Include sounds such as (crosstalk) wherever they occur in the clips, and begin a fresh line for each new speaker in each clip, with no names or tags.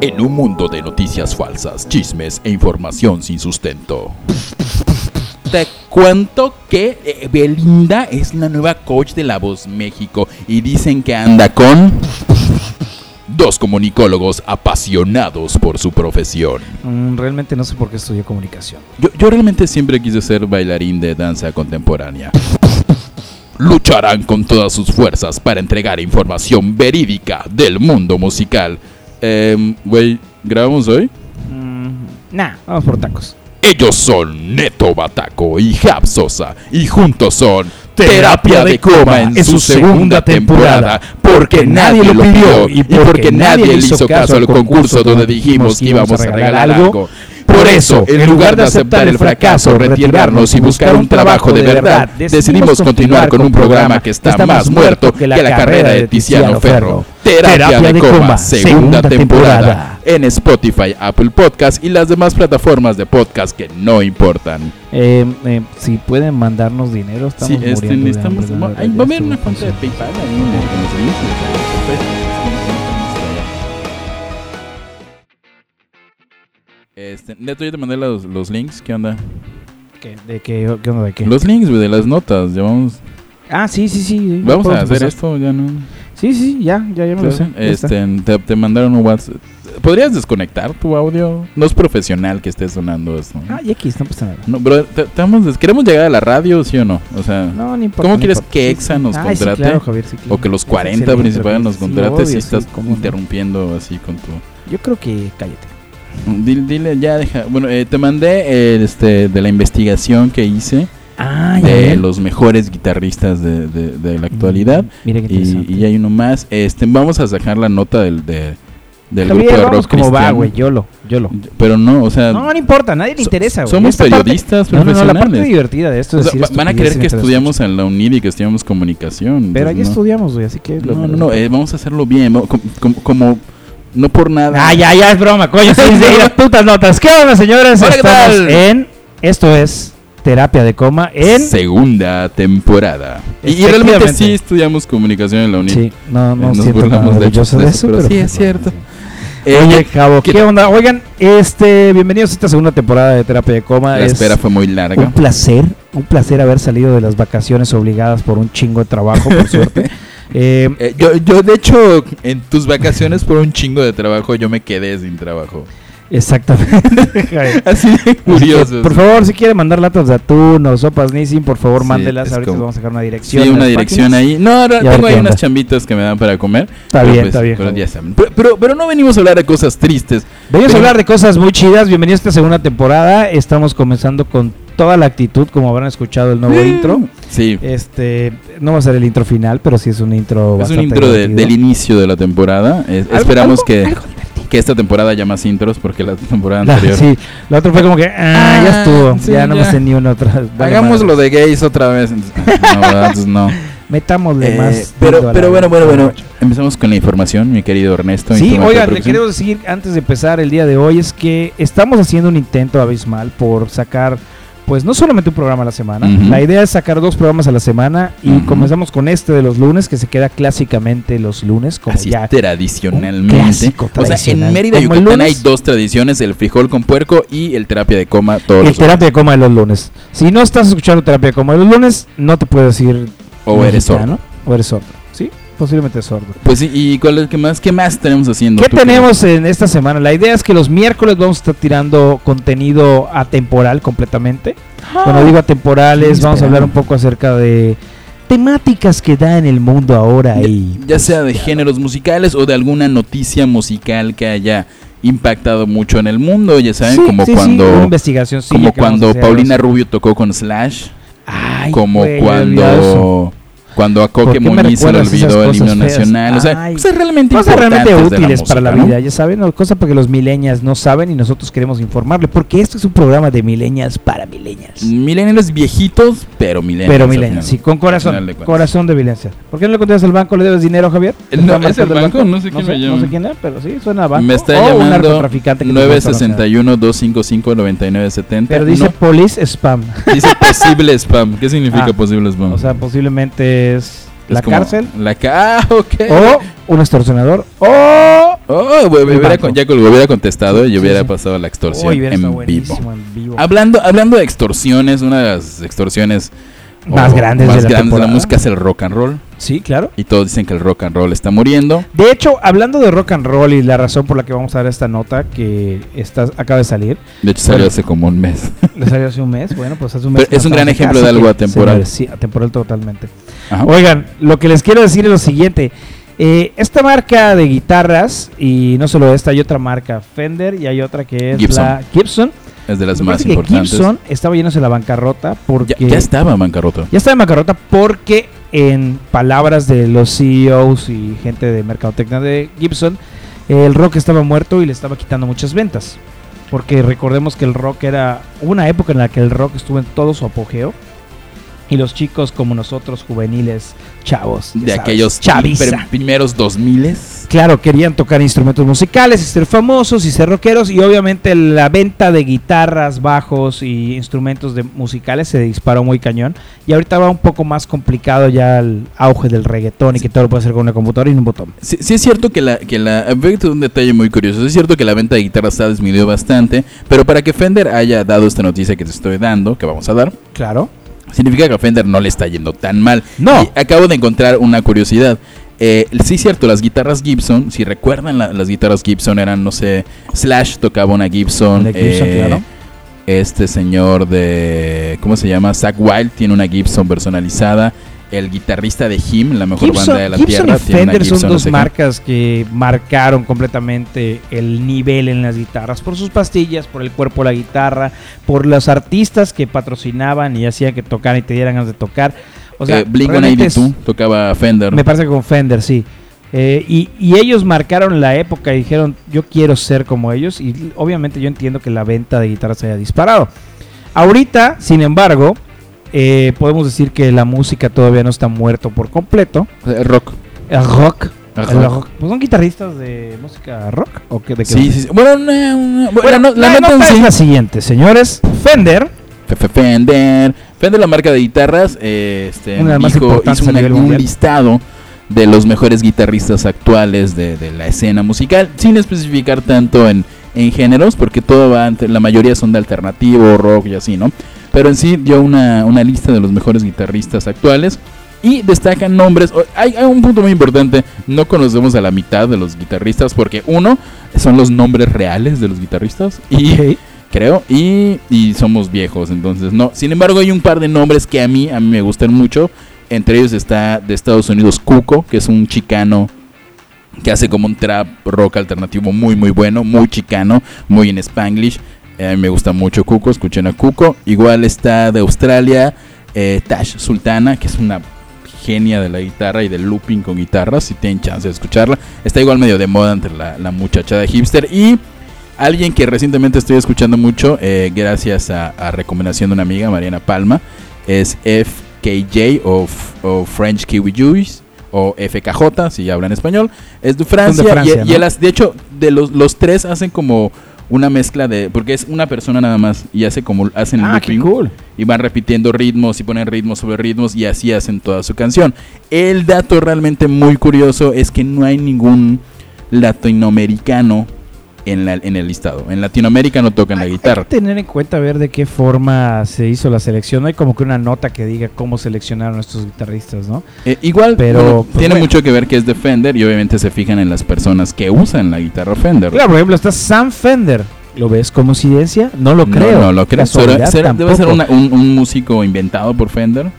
En un mundo de noticias falsas, chismes e información sin sustento. Te cuento que eh, Belinda es la nueva coach de La Voz México y dicen que anda con dos comunicólogos apasionados por su profesión.
Mm, realmente no sé por qué estudié comunicación.
Yo, yo realmente siempre quise ser bailarín de danza contemporánea. Lucharán con todas sus fuerzas para entregar información verídica del mundo musical. Em, Güey, ¿grabamos hoy?
Mm, nah, vamos por tacos.
Ellos son Neto Bataco y Jab Sosa y juntos son Terapia de Coma en su segunda temporada porque nadie lo pidió y porque nadie le hizo caso al concurso donde dijimos que íbamos a regalar algo. Por eso, en lugar de aceptar el fracaso, retirarnos y buscar un trabajo de verdad, decidimos continuar con un programa que está más muerto que la carrera de Tiziano Ferro. Terapia de Coma, segunda temporada, en Spotify, Apple Podcast y las demás plataformas de podcast que no importan.
Eh, eh, si pueden mandarnos dinero,
Sí,
estamos
este,
muriendo de
necesitamos.
hambre, la
va-
verdad,
ay,
ya
va a haber
estuvo
una fuente de
difícil.
PayPal ahí, ¿no? Que nos ayude con los- Este, Neto, yo te mandé los, los links, ¿qué onda?
¿Qué, ¿De qué, qué onda de qué?
Los links, güey, de las notas, ya vamos,
Ah, sí, sí, sí. sí,
vamos a
podemos
hacer
pasar.
esto, ya no.
Sí, sí, ya, ya, ya me lo sé. ya está.
Este, te, te mandaron un WhatsApp. ¿Podrías desconectar tu audio? No es profesional que esté sonando esto.
Ah, y aquí, no pasa nada.
No, brother, te- te vamos des- ¿queremos llegar a la radio, sí o no? O sea,
No, no importa.
¿Cómo
no
quieres
importa.
que EXA nos
Ay, sí,
contrate?
claro, Javier, sí, claro.
O que los
Es
40
excelente,
principales nos
sí,
contrates
obvio,
y estás
sí, cómo no.
interrumpiendo así con tu...
Yo creo que cállate.
Dile, dile, ya deja... Bueno, eh, te mandé eh, este, de la investigación que hice
Ah,
de los mejores guitarristas de, de- de la actualidad.
Mira qué Mm, interesante.
Y, y hay uno más. Este, vamos a sacar la nota del, de- del
Javier,
grupo de
vamos
rock
como va,
cristiano.
güey. Yolo, yolo.
Pero no, o sea...
No, no importa, a nadie le
so-
interesa, güey.
Somos
Esta
periodistas
parte- No, no, no, la parte
profesionales.
divertida de esto
O
es
sea,
decir
va- van a creer
estupideces
que
mientras
estudiamos en la UNID y que estudiamos comunicación.
escuchas. Pero ahí
entonces, no.
estudiamos, güey, así que...
No,
lo-
no, no, eh, vamos a hacerlo bien, ¿no? Com- com- como, no por nada.
Ah, ya, ya, es
(laughs)
broma, coño. Sí, sí, las putas notas. ¿Qué onda, señores?
Hola, ¿qué
Estamos
tal?
en... Esto es Terapia de Coma en...
Segunda temporada. Y, y realmente
Efectivamente.
sí estudiamos comunicación en la UNID.
Sí, no, no
Eh, nos
siento nada
burlamos de
orgulloso
hecho
de
de
eso,
eso, pero
pero...
sí, es cierto. Eh,
Oye, Javo,
¿qué
¿qué onda? Oigan, este, bienvenidos a esta segunda temporada de Terapia de Coma.
la
Es-
espera fue muy larga.
Un placer, un placer haber salido de las vacaciones obligadas por un chingo de
(laughs)
trabajo, por suerte. Eh,
Eh, yo, yo, de hecho, en tus vacaciones por un chingo de trabajo, yo me quedé sin
(laughs)
trabajo. (laughs)
exactamente.
Así de curioso.
Por favor, si quiere mandar latas de atún o sopas Nissin, por favor,
Sí,
mándelas.
es
Ahorita
como-
vamos a dejar una dirección.
Sí,
en
una
las
dirección
páginas.
ahí. No, ahora
Y a ver
tengo ahí
qué onda.
unas chambitas que me dan para comer.
Está
pero
bien,
pues,
está bien.
pero
Javier.
ya saben. Pero, pero, pero no venimos a hablar de cosas tristes.
Venimos
Pero-
a hablar de cosas muy chidas. Bienvenidos a esta segunda temporada. Estamos comenzando con toda la actitud, como habrán escuchado el
Mm.
nuevo intro.
Sí.
Este, no va a ser el intro final, pero sí es un intro
Es un
bastante
intro de-
divertido.
del inicio de la temporada. Es-
Algo-
esperamos
algo-
que,
algo
que esta temporada haya más intros porque la temporada (laughs)
La,
anterior.
(laughs) sí, la otra fue como que, ah, ya
Ah,
estuvo,
sí,
ya no me
ya.
sé ni una otra. Vale,
(laughs)
madre.
de gays otra vez. Entonces, No, ¿verdad? Entonces, no.
Metámosle
Eh,
más.
pero
dedo a
pero
la-
bueno, bueno, bueno. Empezamos con la información, mi querido Ernesto. en
Sí,
tu
oigan, le
producción.
queremos decir antes de empezar el día de hoy es que estamos haciendo un intento abismal por sacar, pues no solamente un programa a la semana,
Ujú.
la idea es sacar dos programas a la semana y
Ujú.
comenzamos con este de los lunes, que se queda clásicamente los lunes, como
Así es,
ya
tradicionalmente.
un clásico
O sea, en
tradicional.
Mérida,
Como el
Yucatán hay
lunes.
dos tradiciones: el frijol con puerco y el terapia de coma todos
el
los días.
terapia de coma de los lunes. Si no estás escuchando terapia de coma de los lunes, no te puedes decir
O eres sordo.
mexicano, O eres sordo, ¿sí? Posiblemente sordo.
Pues sí, ¿y cuál es, qué, más, qué más tenemos haciendo?
¿Qué
tú, querido?
tenemos en esta semana? La idea es que los miércoles vamos a estar tirando contenido atemporal completamente. Cuando digo atemporales,
Sí,
vamos a hablar
esperamos.
un poco acerca de temáticas que da en el mundo ahora
Ya-
y
ya sea de géneros musicales o de alguna noticia musical que haya impactado mucho en el mundo, ya saben,
Sí,
como
sí, sí, una
cuando
investigación
como cuando Paulina Rubio tocó con Slash, como cuando cuando a
¿Por
Coque
qué me
Moñiz se le
recuerdas esas
olvidó el himno
cosas feas?
nacional, o sea,
Ay.
cosas realmente
cosas realmente
importantes de
útiles para la
música, ¿no?
vida, ya saben, o cosas porque los milenias no saben y nosotros queremos informarle, porque esto es un programa de milenias para milenias.
Milenios viejitos, pero milenios.
Pero
al
Milena,
final.
sí, con
al final
corazón,
de cuentas.
corazón de violencia. ¿Por qué no le contestas al banco? ¿Le debes dinero, Javier?
Eh, no,
¿Está
¿es el
marcando
banco? No sé quién me llama.
No sé quién es, pero sí, suena a banco.
Me está
o un
llamando
narcotraficante que te puede conocer.
961 255 9970.
Pero dice police spam. (laughs)
Dice posible spam. ¿Qué significa
Ah,
posible spam?
O sea, posiblemente es
Es
la
como
cárcel
La ca- ah, ok.
o un extorsionador o
Oh, we, we hubiera con, ya lo hubiera contestado sí, y hubiera sí, sí. pasado la extorsión oh, en, vivo. en, vivo. Hablando, hablando de extorsiones, una de las extorsiones
más o, grandes,
más de, la grandes de la música es el rock and roll.
Sí, claro.
Y todos dicen que el rock and roll está muriendo.
De hecho, hablando de rock and roll y la razón por la que vamos a dar esta nota que está, acaba de salir.
De hecho, salió bueno, hace como un (laughs) mes.
¿Le salió hace un mes? Bueno, pues hace un mes.
Pero es un gran ejemplo de algo atemporal.
Sí, atemporal totalmente. Ajá. Ah, Oigan, lo que les quiero decir es lo siguiente. Eh, esta marca de guitarras, y no solo esta, hay otra marca, Fender, y hay otra que es
Gibson.
la Gibson.
Es de las más importantes.
Gibson estaba yéndose a la bancarrota porque.
Ya, ya, estaba en bancarrota.
Ya estaba en bancarrota porque, en palabras de los CEOs y gente de mercadotecnia de Gibson, el rock estaba muerto y le estaba quitando muchas ventas. Porque recordemos que el rock era. una época en la que el rock estuvo en todo su apogeo y los chicos como nosotros, juveniles, chavos.
De sabes, aquellos chaviza. primeros 2000
Claro, querían tocar instrumentos musicales y ser famosos y ser rockeros. Y obviamente la venta de guitarras, bajos y instrumentos de musicales se disparó muy cañón. Y ahorita va un poco más complicado ya el auge del reggaetón y que todo lo puede hacer con una computadora y un botón.
Sí, sí es cierto que la, que la. Un detalle muy curioso. Es cierto que la venta de guitarras ha disminuido bastante. Pero para que Fender haya dado esta noticia que te estoy dando, que vamos a dar.
Claro
significa que a Fender no le está yendo tan mal.
No.
Y acabo de encontrar una curiosidad. Eh, sí, cierto, las guitarras Gibson, si recuerdan, la, las guitarras Gibson eran, no sé, Slash tocaba una Gibson.
De Gibson eh, claro.
Este señor de. ¿Cómo se llama? Zach Wild tiene una Gibson personalizada. El guitarrista de Him, la mejor
Gibson,
banda de la
Gibson
tierra.
Y Fender tiene Gibson, son dos no sé marcas qué. que marcaron completamente el nivel en las guitarras. Por sus pastillas, por el cuerpo de la guitarra, por los artistas que patrocinaban y hacían que tocaran y te dieran ganas de tocar.
O sea, eh, Blink 182 tocaba Fender.
Me parece que con Fender, sí. Eh, y, y, ellos marcaron la época y dijeron, yo quiero ser como ellos. Y obviamente yo entiendo que la venta de guitarras se haya disparado. Ahorita, sin embargo, eh, podemos decir que la música todavía no está muerto por completo.
El rock.
El rock. El rock. Pues son guitarristas de música rock o qué, de qué
sí, sí, sí, Bueno, no, no, bueno, no,
la, nota es la siguiente, señores. Fender.
Fender. Fender, la marca de guitarras, eh, este, una hizo, hizo una, un listado de los mejores guitarristas actuales de, de la escena musical, sin especificar tanto en, en géneros, porque todo va, la mayoría son de alternativo, rock y así, ¿no? Pero en sí dio una, una lista de los mejores guitarristas actuales y destacan nombres. Hay, hay, un punto muy importante, no conocemos a la mitad de los guitarristas, porque uno, son los nombres reales de los guitarristas y... Okay. Creo, y, y somos viejos, entonces no. Sin embargo, hay un par de nombres que a mí, a mí me gustan mucho. Entre ellos está de Estados Unidos Cuco, que es un chicano que hace como un trap rock alternativo muy muy bueno, muy chicano, muy en spanglish. Eh, a mí me gusta mucho Cuco, escuchen a Cuco. Igual está de Australia eh, Tash Sultana, que es una genia de la guitarra y del looping con guitarra, si tienen chance de escucharla. Está igual medio de moda entre la, la muchachada hipster y... Alguien que recientemente estoy escuchando mucho, eh, gracias a, a, recomendación de una amiga, Mariana Palma, es F. KJ o, o, French Kiwi Jewish o FKJ, si hablan español, es de Francia. De, Francia, y, ¿no? y las, de hecho, de los, los tres hacen como una mezcla de. Porque es una persona nada más y hace como. Hacen
ah, looping, cool.
Y van repitiendo ritmos y ponen ritmos sobre ritmos y así hacen toda su canción. El dato realmente muy curioso es que no hay ningún latinoamericano en, la, en, el listado. En Latinoamérica no tocan
hay,
la guitarra.
Hay que tener en cuenta a ver de qué forma se hizo la selección. No hay como que una nota que diga cómo seleccionaron estos guitarristas, ¿no?
Eh, igual, pero bueno, pues tiene bueno. mucho que ver que es de Fender y obviamente se fijan en las personas que usan la guitarra Fender.
Claro, por ejemplo, está Sam Fender. ¿Lo ves como incidencia? No lo creo.
No, no lo creo. Pero, será, ¿Debe ser una, un, un músico inventado por Fender?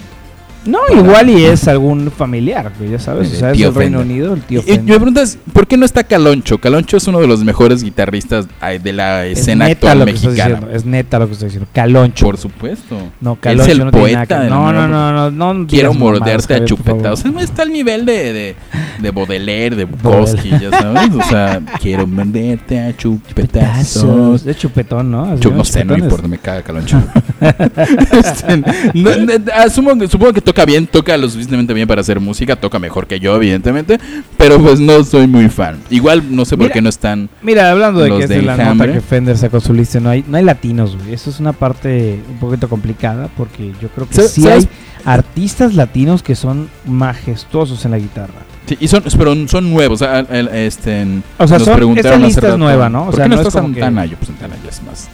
No, Para. igual y es algún familiar, ya sabes, o sea, es el Reino Unido, el tío Fender.
Y, y me preguntas, ¿por qué no está Caloncho? Caloncho es uno de los mejores guitarristas de la escena es actual mexicana.
es neta lo que estoy diciendo, Caloncho.
Por supuesto.
No, Caloncho
es el
no
poeta tiene
nada que... no, no, no, no, no,
Quiero morderte a chupetazos. O sea, está al nivel de, de, de Baudelaire, de Bukowski, ya sabes. O sea, quiero morderte a chupetazos.
De chupetón, ¿no?
Chup no sé, no importa, me caga Caloncho. (laughs) Este, no, asumo, supongo que toca bien, toca lo suficientemente bien para hacer música, toca mejor que yo, evidentemente, pero pues no soy muy fan. Igual no sé mira, por qué no están.
Mira, hablando de que es de la nota que Fender sacó su lista, no hay, no hay latinos, güey. Eso es una parte un poquito complicada porque yo creo que sí hay artistas latinos que son majestuosos en la guitarra.
Sí, y son, pero son nuevos. ah, el- Este,
O sea,
nos
son-
preguntaron
esta
hace
lista es
rato,
nueva, ¿no? O
¿Por
sea,
qué no,
no es
está
como que-
Santana? Yo, pues Santana ya es más,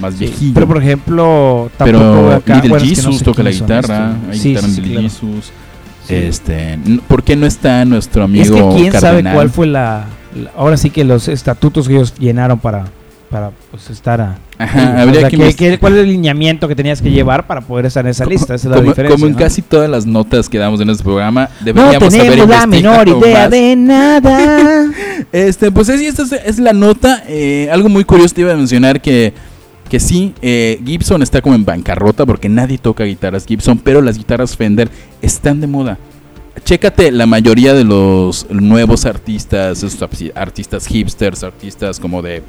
más viejillo.
Pero por ejemplo, tampoco
Pero
acá,
Little
bueno, es que no
Jesus
sé
toca la
quiénes son
guitarra.
estos.
Hay
Sí,
guitarra
sí,
en
sí,
Little
claro.
Jesus.
Sí.
Este, n- ¿Por qué no está nuestro
es
amigo
que quién sabe
Cardenal?
cuál fue la, la- ahora sí que los estatutos que ellos llenaron para para pues estar a
Ajá,
o
Ah, habría
sea,
que
que-
investi-
que- cuál es el lineamiento que tenías que llevar para poder estar en esa lista, esa es la
como,
diferencia.
como en
¿no?
casi todas las notas que damos en este programa,
no
deberíamos haber
tenemos la menor
investigado
idea
más.
de nada.
Este, pues es, esta es, es la nota. eh, algo muy curioso te iba a mencionar que, que sí, eh, Gibson está como en bancarrota porque nadie toca guitarras Gibson, pero las guitarras Fender están de moda. Chécate la mayoría de los nuevos artistas, esos arti- artistas hipsters, artistas como de,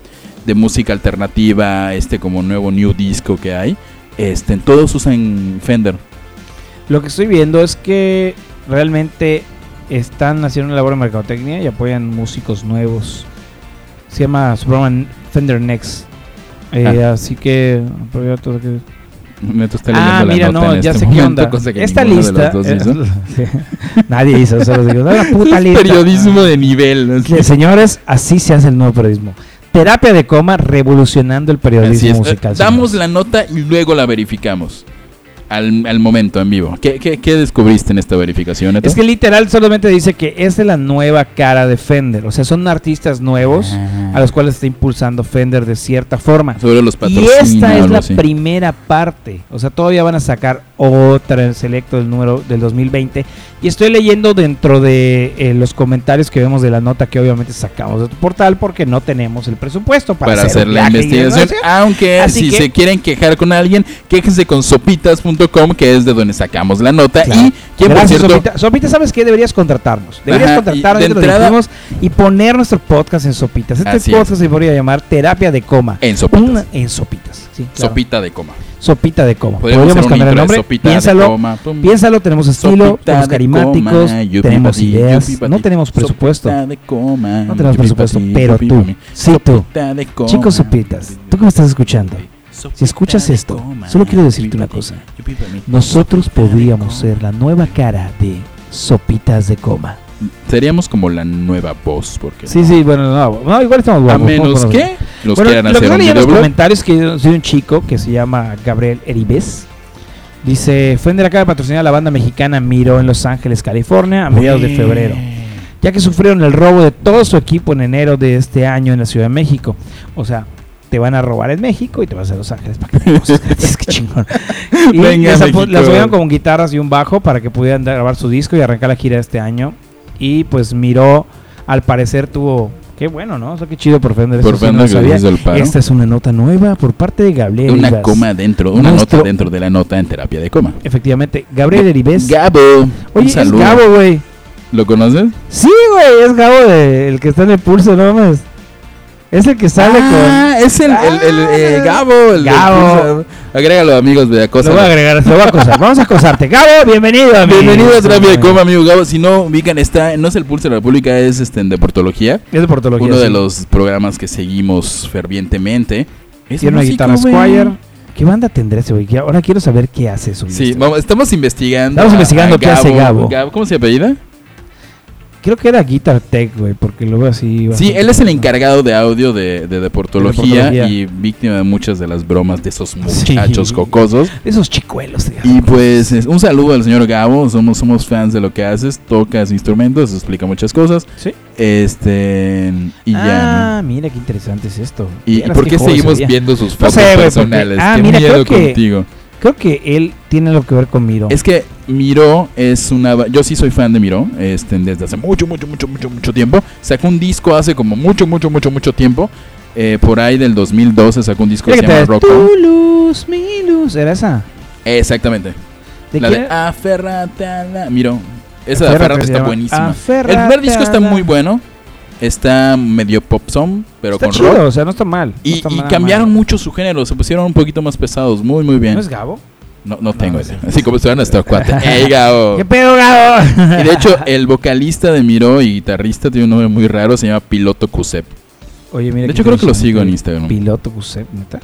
de música alternativa, este como nuevo new disco que hay. Este, todos usan Fender.
(laughs) Lo que estoy viendo es que realmente están haciendo una labor de mercadotecnia y apoyan músicos nuevos. Se llama Superman Fender Next. Eh, Así que. pero ya todo que-
Neto está
Ah,
Ah. leyendo la
mira,
nota
no,
en
ya
este
sé qué
momento,
onda.
cosa que
Esta
ninguno de los
lista.
dos
eh,
hizo.
(laughs) sí. nadie hizo, se los digo. "No, La
(laughs)
puta
Es
lista.
Periodismo de nivel. así.
Que, señores, así se hace el nuevo periodismo. Terapia de coma revolucionando el periodismo
Así es.
musical.
Eh, Damos
señores.
la nota y luego la verificamos. Al, al momento, en vivo. ¿Qué, qué, qué descubriste en esta verificación? Neto?
Es que literal solamente dice que es de la nueva cara de Fender. O sea, son artistas nuevos
Ah.
a los cuales está impulsando Fender de cierta forma.
Sobre los
Y
patrocinios.
esta es
algo
la
así.
primera parte. O sea, todavía van a sacar otra en selecto del número del 2020. Y estoy leyendo dentro de eh, los comentarios que vemos de la nota que obviamente sacamos de tu portal porque no tenemos el presupuesto para,
para, hacer
un
la
viaje y
investigación.
demás.
Aunque
Así
si
que-
se quieren quejar con alguien, quéjense con sopitas.com, que es de donde sacamos la nota.
Claro.
Y quien por
Gracias,
cierto.
Sopita. Sopita, ¿sabes qué? Deberías contratarnos. Deberías
Ajá, y
contratarnos,
de
ya te lo
entrada-
dijimos, y poner nuestro podcast en Sopitas. Este
Así
podcast se podría llamar Terapia de Coma.
En Sopitas.
Una- en Sopitas. sí, claro.
Sopita de coma.
Sopita de Coma.
Podríamos
Podríamos
hacer un
cambiar el
intro de
nombre.
Sopita de
Piénsalo.
Coma. Pum.
Piénsalo, tenemos estilo,
Sopita
tenemos
de
carismáticos,
coma, yupi
tenemos
pati,
ideas,
yupi pati.
no tenemos presupuesto,
Sopita de coma,
no tenemos
yupi
presupuesto,
pati,
pero
yupi
tú,
mami.
sí tú,
Sopita de coma.
chicos sopitas, tú que me estás escuchando,
Si escuchas esto, solo quiero decirte una cosa.
nosotros podríamos ser la nueva cara de Sopitas de Coma.
Seríamos como la nueva voz, porque
Sí, sí, bueno, no, no, igual estamos
a
guapos,
menos
vamos,
que nos
bueno,
quieran
lo que
hacer
yo
un
leí en los
videoblog.
comentarios que soy un chico que se llama Gabriel Eribes. Dice, Fender acaba de patrocinar a la banda mexicana Miro en Los Ángeles, California, a mediados
(laughs)
de febrero. ya que sufrieron el robo de todo su equipo en enero de este año en la Ciudad de México. O sea, te van a robar en México y te vas a Los Ángeles para que (laughs) te cosas gratis, qué chingón.
(laughs)
Y
Venga,
les apo-
México.
las subieron con guitarras y un bajo para que pudieran dar- grabar su disco y arrancar la gira este año. Y pues miró, al parecer tuvo. Qué bueno, ¿no? O sea, qué chido por Fender.
Por
eso sí no
Fender que
sabía.
les hizo el paro.
Esta es una nota nueva por parte de Gabriel.
Una
Rivas.
coma dentro, una
Nuestro-
nota dentro de la nota en terapia de coma.
Efectivamente, Gabriel Eribes.
Gabo.
Oye,
un
es
saludo.
Gabo, güey.
¿Lo conoces?
Sí, güey, es Gabo de- el que está en el pulso, no mames. Es el que sale
ah, es el, el, el, eh,
Ah.
Gabo. el-
Gabo.
Agrégalo, amigos de
con.
Acosa.
Lo voy a agregar, lo voy a acosar. Vamos a acosarte. Gabo, bienvenido a mi-
Bienvenido a Terapia de Coma, amigo Gabo. Si no ubican, está, no es el Pulso de la República, es este, en Deportología.
Es de portología.
Uno de
sí.
los programas que seguimos fervientemente. Es
Tiene una
músico,
guitarra
güey.
Squire. ¿Qué banda tendrá ese güey? Que Ahora quiero saber qué hace su
Sí,
ministro.
vamos, estamos investigando.
Estamos investigando qué hace Gabo.
¿Cómo se apellida?
Creo que era Guitar Tech, güey, porque luego así.
Sí,
bastante-
él es el encargado de audio de, de deportología,
Deportología.
y víctima de muchas de las bromas de esos
Sí.
muchachos jocosos.
Esos chicuelos, tío.
Y pues es- un saludo al señor Gabo, somos, somos fans de lo que haces, tocas instrumentos, explica muchas cosas.
Sí.
Este y ya. ¿no?
ah, mira qué interesante es esto.
¿Y, y
Vieras
por qué
joven
seguimos
sería.
viendo sus fotos
sé, güey, porque-
personales?
ah,
Qué
mira, creo
miedo
que-
contigo.
Creo que él tiene algo que ver con Miro.
Es que Miró es una... ba- Yo sí soy fan de Miró, este, desde hace mucho, mucho, mucho, mucho, mucho tiempo. Sacó un disco hace como mucho, mucho, mucho, mucho tiempo. eh, por ahí del 2012 sacó un disco que se
Mira que te-
llama Rock On.
Tu luz, mi luz. ¿Era esa?
Exactamente.
¿De
la
quién
de
era?
Aferrate a la... Miró. Esa de
Aférrate
Aferrate
se
está
llama.
buenísima.
Aférrate
El primer disco está
a la-
muy bueno. Está medio pop song, pero
Está
con
chido,
rock.
o sea, no está mal. no
Y,
está
y
nada
cambiaron
mal.
mucho su género, se pusieron un poquito más pesados, muy muy bien.
¿No es Gabo?
No, no tengo
no
idea.
sé.
Así como suena nuestro
(laughs)
cuate. ¡Ey, Gabo!
¿Qué pedo, Gabo?
Y de hecho, el vocalista de Miró y guitarrista tiene un nombre muy raro, se llama Piloto Kusep.
(laughs) Oye, mira.
De
qué
hecho, creo que lo
interesante.
sigo en Instagram.
Piloto Gusep, neta.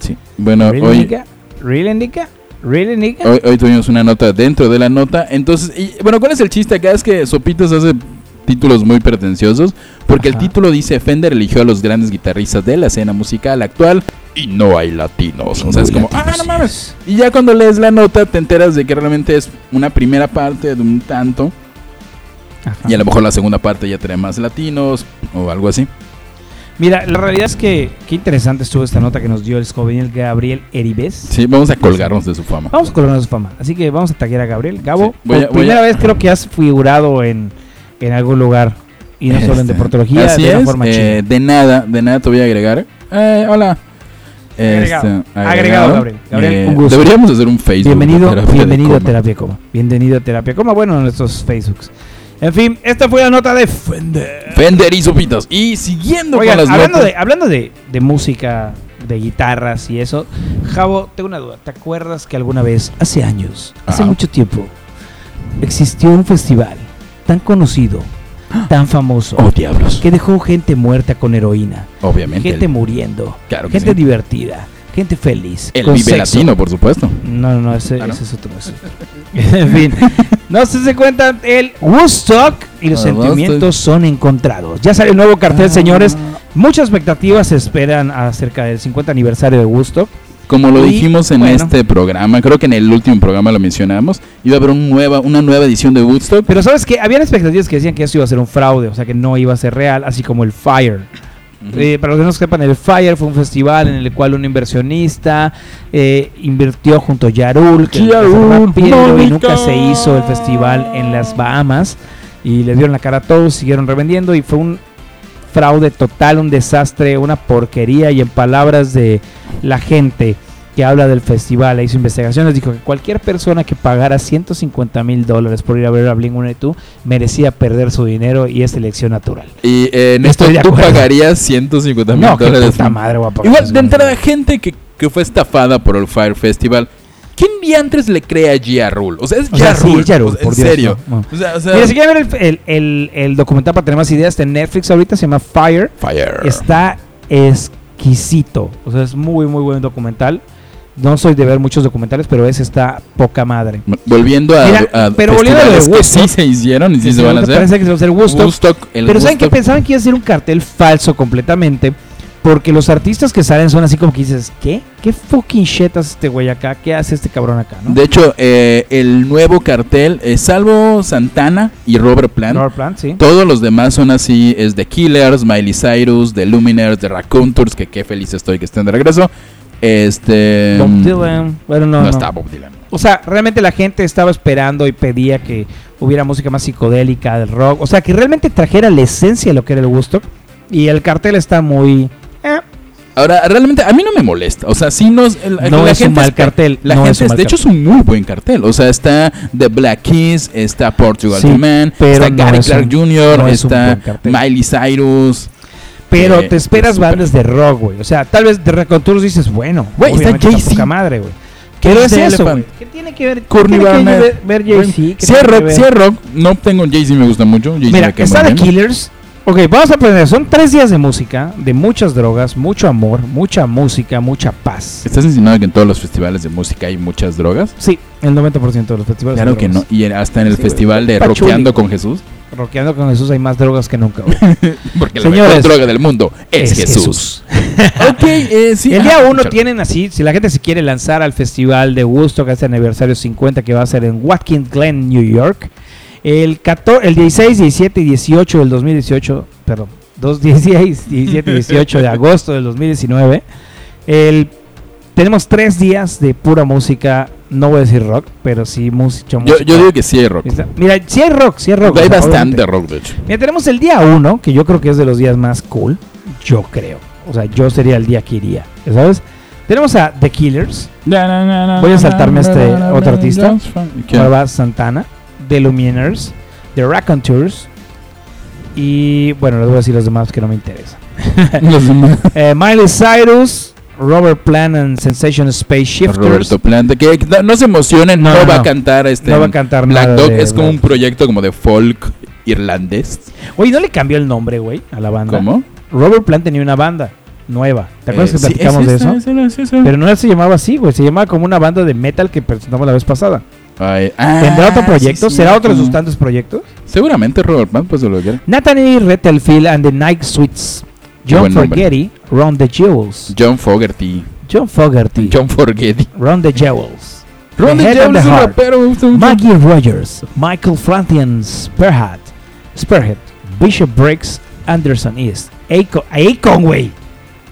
Sí. Bueno,
¿Real
hoy,
nigga? ¿Real nigga? ¿Real nigga?
Oh, hoy, hoy tuvimos una nota dentro de la nota. Entonces, y, bueno, ¿cuál es el chiste acá? Es que Sopitas hace títulos muy pretenciosos, porque
Ajá.
el título dice Fender eligió a los grandes guitarristas de la escena musical actual y no hay latinos. O sea, es como, ah, no mames. Y ya cuando lees la nota te enteras de que realmente es una primera parte de un tanto.
Ajá.
Y a lo mejor la segunda parte ya trae más latinos o algo así.
Mira, la realidad es que qué interesante estuvo esta nota que nos dio el joven Gabriel Eribes.
Sí, vamos a colgarnos de su fama.
Vamos a coronar su fama. Así que vamos a taguear a Gabriel. Gabo,
Sí, voy
por
a- voy
primera
a-
vez creo que has figurado en, en algún lugar. Y no solo en
Este,
deportología,
así
de una
es,
forma
eh,
chida.
de nada, de nada te voy a agregar. Eh, hola. Este, Eh,
Agregado. Agregado, Gabriel. Gabriel, un gusto.
Deberíamos hacer un Facebook. de
Bienvenido,
terapia de
bienvenido a
coma.
Terapia Coma. Bienvenido a Terapia Coma. Bueno, en nuestros Facebooks. En fin, esta fue la nota de Fender.
Fender y sopitas. Y siguiendo
Oigan,
con las
hablando,
notas-
de, hablando de, de música, de guitarras y eso, Javo, tengo una duda. ¿Te acuerdas que alguna vez, hace años, hace
Ajá.
mucho tiempo, existió un festival tan conocido, tan famoso,
Oh, diablos.
que dejó gente muerta con heroína,
Obviamente.
gente
el-
muriendo,
claro que
gente
sí.
divertida, gente feliz?
El
con
Vive
sexo?
Latino, por supuesto.
No, no, no, ese,
Ah, ¿no?
ese es otro. ese
(laughs)
es otro. (laughs) en fin, no sé si se cuentan el Woodstock y los
Ah,
sentimientos son encontrados. Ya sale el nuevo cartel, señores. Muchas expectativas se esperan acerca del 50 aniversario de Woodstock.
Como lo
Y,
dijimos en
bueno.
este programa, creo que en el último programa lo mencionamos, iba a haber un nueva, una nueva edición de Woodstock.
Pero sabes que habían expectativas que decían que eso iba a ser un fraude, o sea que no iba a ser real, así como el Fire. Eh, para los que no sepan, el Fire fue un festival en el cual un inversionista eh, invirtió junto a Yarul, que lo
Yarul,
estaba pidiendo, y
Mónica.
nunca se hizo el festival en las Bahamas. Y le dieron la cara a todos, siguieron revendiendo y fue un fraude total, un desastre, una porquería. Y en palabras de la gente que habla del festival e hizo investigaciones, dijo que cualquier persona que pagara 150 mil dólares por ir a ver a Blink 182 merecía perder su dinero y es elección natural.
Y eh, en esto
Estoy de
tú
acuerdo.
pagarías 150 mil
No, qué
dólares.
puta madre, guapa.
Igual, de entrada, gente que, que fue estafada por el Fire Festival. ¿Quién diantres le cree a Gia Rule? O sea, es
O
Gia
sea, sí,
Rule.
es Ja Rule,
o sea,
por
pues, en
Dios,
serio.
no, no.
O sea, o sea,
Mira, si quieren ver el, el- el- el documental para tener más ideas, está en Netflix ahorita, se llama Fire.
Fire.
Está exquisito. O sea, es muy, muy buen documental. No soy de ver muchos documentales, pero ese está poca madre.
Volviendo a,
Mira,
a
pero volviendo a lo de
festivales que
Woodstock.
sí se hicieron y sí se van a hacer.
Parece que se va a hacer Woodstock.
Woodstock, el
Pero ¿saben que
Woodstock-
Pensaban que iba a ser un cartel falso completamente. Porque los artistas que salen son así como que dices, ¿qué? ¿Qué fucking shit hace este güey acá? ¿Qué hace este cabrón acá? ¿no?
De hecho, eh, el nuevo cartel, eh, salvo Santana y Robert Plant,
Robert Plant, sí.
todos los demás son así, es The Killers, Miley Cyrus, The Luminaires, The Raccoon Tours, que qué feliz estoy que estén de regreso. Este...
Bob Dylan. Bueno, no,
No,
no.
está Bob Dylan.
O sea, realmente la gente estaba esperando y pedía que hubiera música más psicodélica, del rock. O sea, que realmente trajera la esencia de lo que era el gusto. Y el cartel está muy... eh,
Ahora, realmente a mí no me molesta. O sea, sí nos... el-
no
la
es un
gente
mal
está-
cartel.
La
no
gente,
es un
es-
mal
de hecho, es un muy buen cartel. O sea, está The Black Keys, está Portugal
Sí,
The Man,
pero
está
no
Gary
es
Clark
un-
Jr.,
no es un
está
buen cartel.
Miley Cyrus.
Pero
Eh,
te esperas
es súper.
bandas de rock, güey. O sea, tal vez de Rock on Tours dices, bueno,
Güey, está
obviamente
Jay-Z.
poca madre, güey.
¿Qué
Pero es
es de
eso,
Elephant?
güey. ¿Qué tiene que ver,
Courtney
¿qué tiene que
Barnett.
ver, ver Jay-Z? ¿Qué
Si es
tiene que
rock,
ver?
si es rock, no tengo Jay-Z, me gusta mucho. Jay-Z
Mira,
me cae
está
muy
The
bien.
Killers. Ok, vamos a aprender. Son tres días de música, de muchas drogas, mucho amor, mucha música, mucha paz.
¿Estás insinuando que en todos los festivales de música hay muchas drogas?
Sí, el 90% de los festivales.
Claro
son
que no.
drogas.
Y en- hasta en el
Sí, güey.
festival de
Pachuli.
Rockeando con Jesús.
Rockeando con Jesús hay más drogas que nunca. güey.
Porque la
Señores,
mejor droga del mundo (laughs) es, Jesús. ok, eh, sí.
el día
ah,
uno
claro.
tienen así, si la gente se quiere lanzar al festival de Woodstock, a este aniversario 50 que va a ser en Watkins Glen, New York, el, 14, el 16, 17 y 18 del 2018, perdón, dos- (laughs) 16, 17 y 18 de agosto del 2019, el, tenemos tres días de pura música, no voy a decir rock, pero sí mus- mucha
Yo,
música.
yo digo que sí hay rock.
Está- Mira, sí hay rock, sí hay rock. o
Hay
sea,
bastante
obviamente.
rock, de hecho.
Mira, tenemos el día 1, que yo creo que es de los días más cool. Yo creo. O sea, yo sería el día que iría. ¿Sabes? Tenemos a The Killers,
Voy
a saltarme a este otro artista. ahora va Santana, The Lumineers, The Raconteurs. Y bueno, les voy a decir los demás que no me interesan.
(laughs)
(laughs) Eh, Miley Cyrus, Robert Plant and Sensation Space Shifters.
Roberto Plante. Que que no, no se emocionen,
No,
no,
no,
va
no.
a cantar este.
No va a cantar
Black
nada.
Dog
de
es como un
Black-
proyecto como de folk irlandés.
Oye, ¿no le cambió el nombre, güey, a la banda?
¿Cómo?
Robert Plant tenía una banda nueva. ¿Te acuerdas
Eh,
que
sí,
platicamos
es
de
esa,
eso?
es esa, es esa.
Pero no se llamaba así, güey. Se llamaba como una banda de metal que presentamos la vez pasada.
Ay, ah,
¿Tendrá otro proyecto?
sí,
¿Será
cierto.
otro de sus tantos proyectos?
Seguramente Robert Plant, pues de lo que quiera.
Nathaniel Rettelfield and the Night Sweets.
Qué
John
buen nombre.
Forgetti, Ron the Jewels.
John Fogerty.
John Fogerty,
John Forgetti.
Ron the Jewels.
Ron
The Head
DeJesus
and the
es un
Heart.
rapero. me gusta mucho.
Maggie Rogers, Michael Frantian Spearhead, Spearhead, Bishop Briggs, Anderson East, Akon, Conway.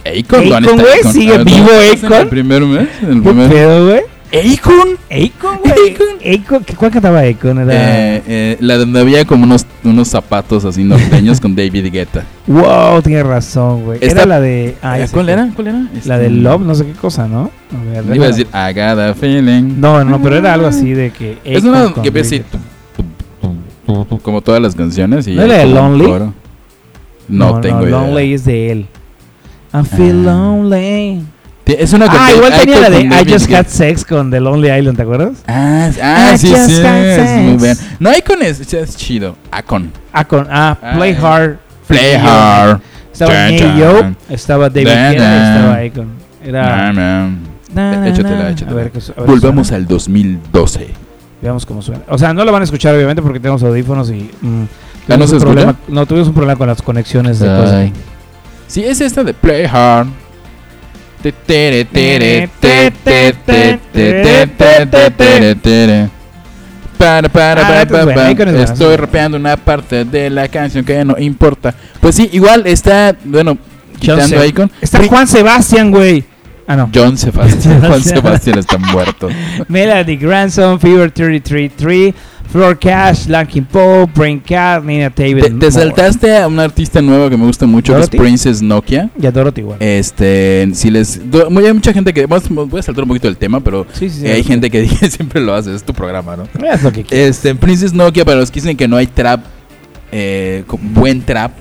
Akon, ¿dónde
Akon,
está
güey,
Akon?
sigue
A ver,
vivo
¿dónde está En
Akon?
el primer mes. En el
¿Qué
primer
pedo, güey?
¿Akon?
Akon, güey.
Akon.
Akon, ¿qué- ¿Cuál cantaba Akon? Era...
Eh, eh, la donde había como unos, unos zapatos así norteños con David Guetta.
Wow, tienes razón, güey.
Esta-
Era la de... (laughs) ah, ya sé
¿Eh? ¿Cuál
cuál.
era? ¿Cuál era?
La
Este,
de Love, no sé qué cosa, ¿no? A
Iba
ver, déjala.
a decir, I got a feeling.
No, no, pero era algo así de que...
Es
Akon
una
con
que ve así,
David Guetta.
como todas las canciones. Y
¿No era
hay
de
como un
Lonely?
coro. No, tengo idea.
Lonely es de él. I feel
Ah.
lonely.
Te- Es una
Ah,
canción-
igual
Akon
tenía la de
con David
I Just
Guetta.
Had Sex con The Lonely Island, ¿te acuerdas?
Ah, ah,
I
sí,
just
sí,
had
es
sex.
muy bien. No, Icon es, es chido. Icon.
Ah, con ah,
Ah,
Play
eh.
Hard.
Play
Yo.
hard.
Estaba
Chan,
Neil
chan.
Young, estaba David
Da,
Guetta
da.
y estaba Akon. Era.
Nah, man.
na, na,
Ah. Eh, Échatela,
na.
échatela.
A ver, qué su- a ver qué
Volvamos
suena.
al 2012.
Veamos cómo suena. O sea, no lo van a escuchar, obviamente, porque tenemos audífonos y. mm,
Ah, ¿no
tuvimos
se
un
escucha?
problema, No, tuvimos un problema con las conexiones de cosas.
Ay. Sí, es esta de Play Hard. Te, tere, tere, te, te, te, te, te, te, te, tere, tere. Para, para, para,
Ah, esta es
para,
buena,
para.
Icon es buena,
Estoy
sí.
rapeando una parte de la canción que no importa. Pues sí, igual está, bueno, quitando
Seb-
Icon.
Está
Ri-
Juan Sebastián, güey. Ah, no.
John (laughs) Sebastián. Juan
Sebastián.
Sebastián está muerto.
Melody Grandson, Fever 333, Floor Cash, Lankin Poe, Brain Cat, Nina David.
Te, te
Moore.
saltaste a un artista nuevo que me gusta mucho, que es
¿Dorothy?
Princess Nokia.
Y a Dorothy, igual.
Este, si les. do- muy- Hay mucha gente que. vamos- Voy a saltar un poquito el tema, pero
sí, sí, sí.
eh, hay gente que (laughs) dice, siempre lo hace, es tu programa, ¿no?
Es lo que quieras.
Este, en Princess Nokia, para los que dicen que no hay trap, eh, con buen trap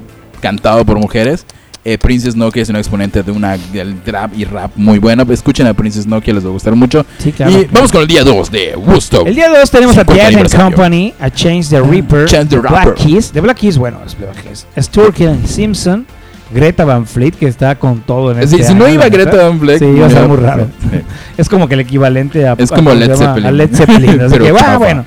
cantado por mujeres, eh, Princess Nokia es un exponente de una del trap y rap muy buena. Escuchen a Princess Nokia, les va a gustar mucho.
Sí, claro.
Y vamos con el día 2 de Woodstock.
El día 2 tenemos a
50
Diane and
aniversario.
Company, a Change the Reaper,
Chance the Rapper.
Black Keys, de Black Keys, bueno, es Black Keys, Sturgill and Simpson, Greta Van Fleet, que está con todo en
Si,
este
si no
año,
iba
la neta.
Greta Van eh, Fleck,
Sí, iba a ser
no.
muy raro.
Sí.
Es como que el equivalente a,
Es
a-
como
¿cómo
Led
se llama?
Zeppelin.
a Led
(laughs)
Zeppelin, así
Pero
que,
chafa.
va, bueno.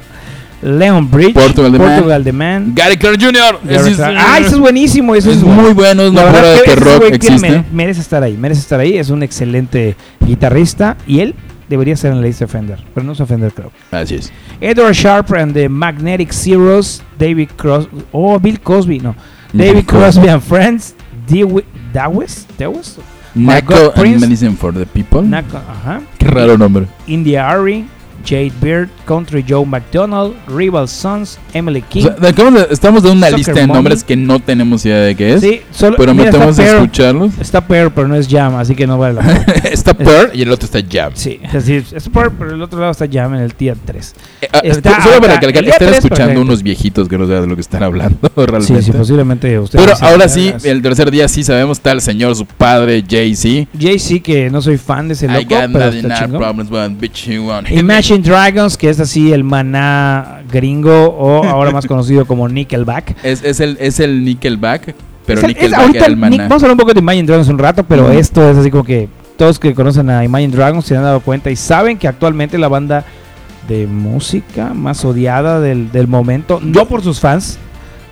Leon Bridge,
Portugal the Man.
the Man,
Gary Clark Jr.
Derek
Ese es-
Ra- ah, eso es buenísimo, eso
es
es, bueno.
muy bueno, es
La
una
verdad
prueba de
es
que
ese
rock
güey tiene-
existe.
mere- merece estar ahí, merece estar ahí, es un excelente guitarrista y él debería ser en la lista de Fender, pero no es Fender creo.
Así es.
Edward Sharp and the Magnetic Zeros, David Crosby, oh, Bill Cosby, no, David Crosby and Friends, Dewey, Dawes, Dawes, My
Naco
God,
and
Prince.
Medicine for the People.
Naco- ajá,
Qué raro nombre.
India Ari, Jade Beard, Country Joe McDonald, Rival Sons, Emily
O
King.
sea, acabamos de- estamos de una
Soccer
lista de
Mommy.
nombres que no tenemos idea de qué es.
sí, solo,
pero
mira,
metemos
está
a
Pearl,
escucharlos. (laughs)
está Pearl, pero no es Jam, así que no vale la pena.
está Pearl y el otro está Jam.
Sí, así es, es Pearl, pero el otro lado está Jam en el tier 3.
Eh, ah,
Está
solo para
acá.
recalcar,
El día
están
tres,
escuchando
perfecto.
unos viejitos que no saben de lo que están hablando (laughs) realmente.
Sí, pues, sí, posiblemente ustedes.
pero
no saben
ahora
nada
sí,
más.
el tercer día sí sabemos, está el señor, su padre, Jay-Z.
Jay-Z, que no soy fan de ese
I
loco,
got
pero
nothing,
está
no
chingón.
problems, but bitch, you want
Imagine Dragons, que es así el maná gringo o ahora más conocido como Nickelback.
Es, es el, es el Nickelback, pero
Es el- es
Nickelback
ahorita
era el
el Nic-
maná.
Vamos a hablar un poco de Imagine Dragons un rato, pero
Ujú.
esto es así como que todos que conocen a Imagine Dragons se han dado cuenta y saben que actualmente la banda de música más odiada del, del momento, no por sus fans,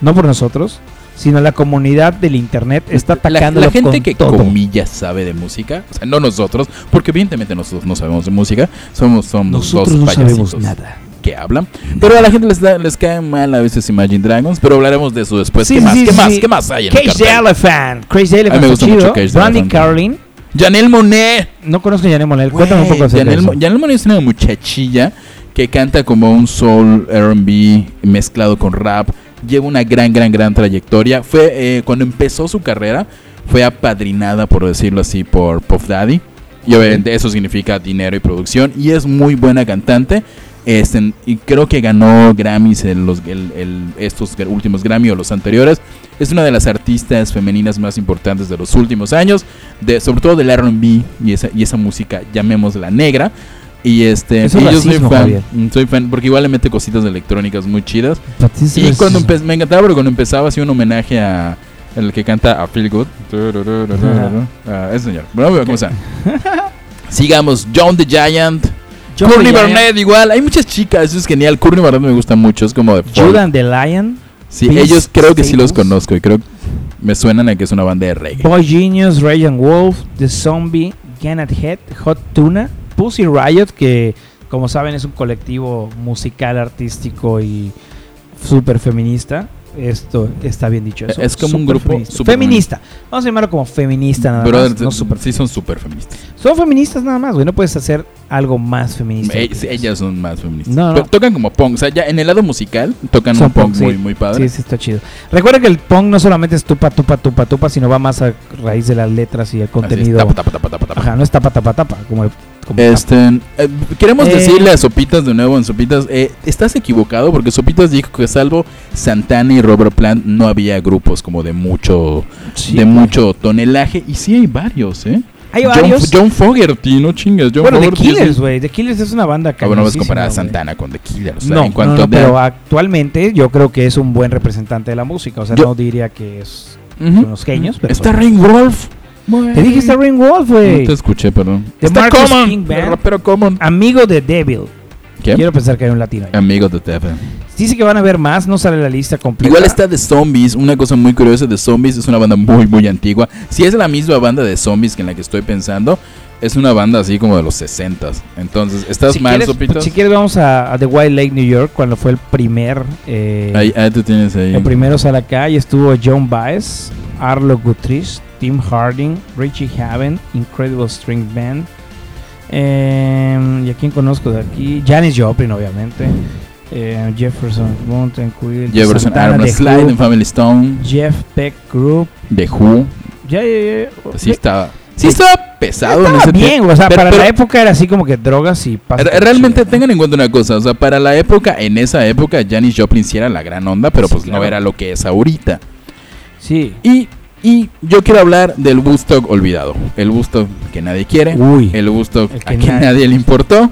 no por nosotros, sino la comunidad del internet está
La- la,
atacando
gente
con
que
todo.
comillas sabe de música, o sea, no nosotros, porque evidentemente nosotros no sabemos de música, somos, somos dos
Nosotros no
payasitos
sabemos nada.
que hablan, pero a la gente les, da- les cae mal a veces Imagine Dragons, pero hablaremos de eso después.
Sí,
¿Qué, más?
sí,
¿Qué
sí.
más? ¿Qué más hay en el
Cage the
cartel?
Elephant, Cage the Elephant,
me gusta
está
mucho
chido.
Cage the
Brandy
Elephant.
Carlin,
Janelle Monet.
no conozco a Janelle Monáe, cuéntame un poco acerca de eso.
Janelle Monet es una muchachilla que canta como un soul RB mezclado con rap. Lleva una gran, gran, gran trayectoria. Fue eh, cuando empezó su carrera, fue apadrinada, por decirlo así, por Puff Daddy. Y obviamente eso significa dinero y producción. Y es muy buena cantante. Este, y creo que ganó Grammys en los, el- el- estos últimos Grammy o los anteriores. Es una de las artistas femeninas más importantes de los últimos años de, sobre todo del R&B y esa, y esa música, llamémosla negra. Y este,
Eso
y
es
yo soy
racismo,
fan,
Javier.
mm, soy fan porque igual le mete cositas electrónicas muy chidas.
Patricia
y cuando
García.
empe- me encantaba porque cuando empezaba hacía un homenaje a el que canta a Feel
(laughs)
Good.
(laughs)
Ah, ese señor. Bueno, vamos a comenzar. Sigamos John the Giant. Courtney Barnett igual, hay muchas chicas, eso es genial. Courtney Barnett me gusta mucho, es como de folk.
Judan the Lion,
Sí,
Beast
ellos creo que sí los
Staples.
conozco y creo me suenan a que es una banda de reggae.
Boy Genius, Ryan Wolf, The Zombie, Janet Head, Hot Tuna, Pussy Riot, que como saben es un colectivo musical, artístico y súper feminista. Esto está bien dicho. eso,
Es como un
súper
grupo
feminista.
súper
feminista. Vamos a llamarlo como feminista nada
Brother,
más. no súper
sí son súper feministas.
Son feministas nada más, güey. No puedes hacer algo más feminista.
Eh, sí, ellas son más feministas.
No, no.
Pero tocan como punk, o sea, ya en el lado musical tocan
Son
un punk,
punk, sí.
muy muy padre.
Sí, sí, está chido. Recuerda que el punk no solamente es tupa, tupa, tupa, tupa, sino va más a raíz de las letras y el
Así es,
contenido.
tapa, tapa, tapa, tapa, tapa.
Ajá, no es tapa, tapa, tapa, como el... como tapa.
Este, eh, queremos
Eh.
decirle a Sopitas de nuevo en Sopitas, eh, estás equivocado porque Sopitas dijo que salvo Santana y Robert Plant no había grupos como de mucho
Sí,
de
güey.
mucho tonelaje y sí hay varios, ¿eh?
Hay
John-
varios.
John, Fogerty, no chingas, John
bueno, The
Fogerty es un-
Killers, güey. The Killers es una banda
Ah, bueno, vas a
cañosísima,
comparar a
güey.
Santana con The Killer. o sea,
No,
en cuanto
no, no,
a-
pero actualmente yo creo que es un buen representante de la música. O sea,
Yo-
no diría que es
Ujú.
unos genios, pero- pues-
Está Rain Wolf.
Te dije está Ring Wolf,
Eh, No
güey.
te escuché, perdón.
The
está
Marcus
Common.
King Band.
el rapero Common.
Amigo de Devil.
¿Qué?
Quiero pensar que hay un latino. ahí.
Amigo de Tefe.
Dice que van a ver más, no sale la lista completa.
Igual está The Zombies. Una cosa muy curiosa de Zombies es una banda muy, muy antigua. Si es la misma banda de Zombies que en la que estoy pensando, es una banda así como de los 60s. Entonces, ¿estás
si
mal,
quieres, pues,
Sopitas?
si quieres vamos a, a The Wild Lake, New York, cuando fue el primer... eh,
ahí, ahí tú tienes ahí.
El primero sale acá y estuvo John Baez, Arlo Guthries, Tim Harding, Richie Haven, Incredible String Band. eh, ¿Y a quién conozco de aquí? Janis Joplin, obviamente. eh, Jefferson Mountain Quill.
Jefferson
Santana,
Armor
The
Slide
Who,
en Family Stone.
Jeff Peck Group.
The Who.
Ya, ya, ya.
Así
Ya-
estaba. Sí estaba pesado en
estaba
ese tiempo.
bien, o sea,
Pero-
para
pero-
la época era así como que drogas y pasa.
Re- Realmente tengan en cuenta una cosa, o sea, para la época, en esa época, Janis Joplin sí era la gran onda, pero
Sí,
pues no
claro.
era lo que es ahorita.
Sí.
Y, y yo quiero hablar del Woodstock olvidado, el Woodstock que nadie quiere,
Uy. El,
el Woodstock a
El que
quien
nadie-
nadie le importó,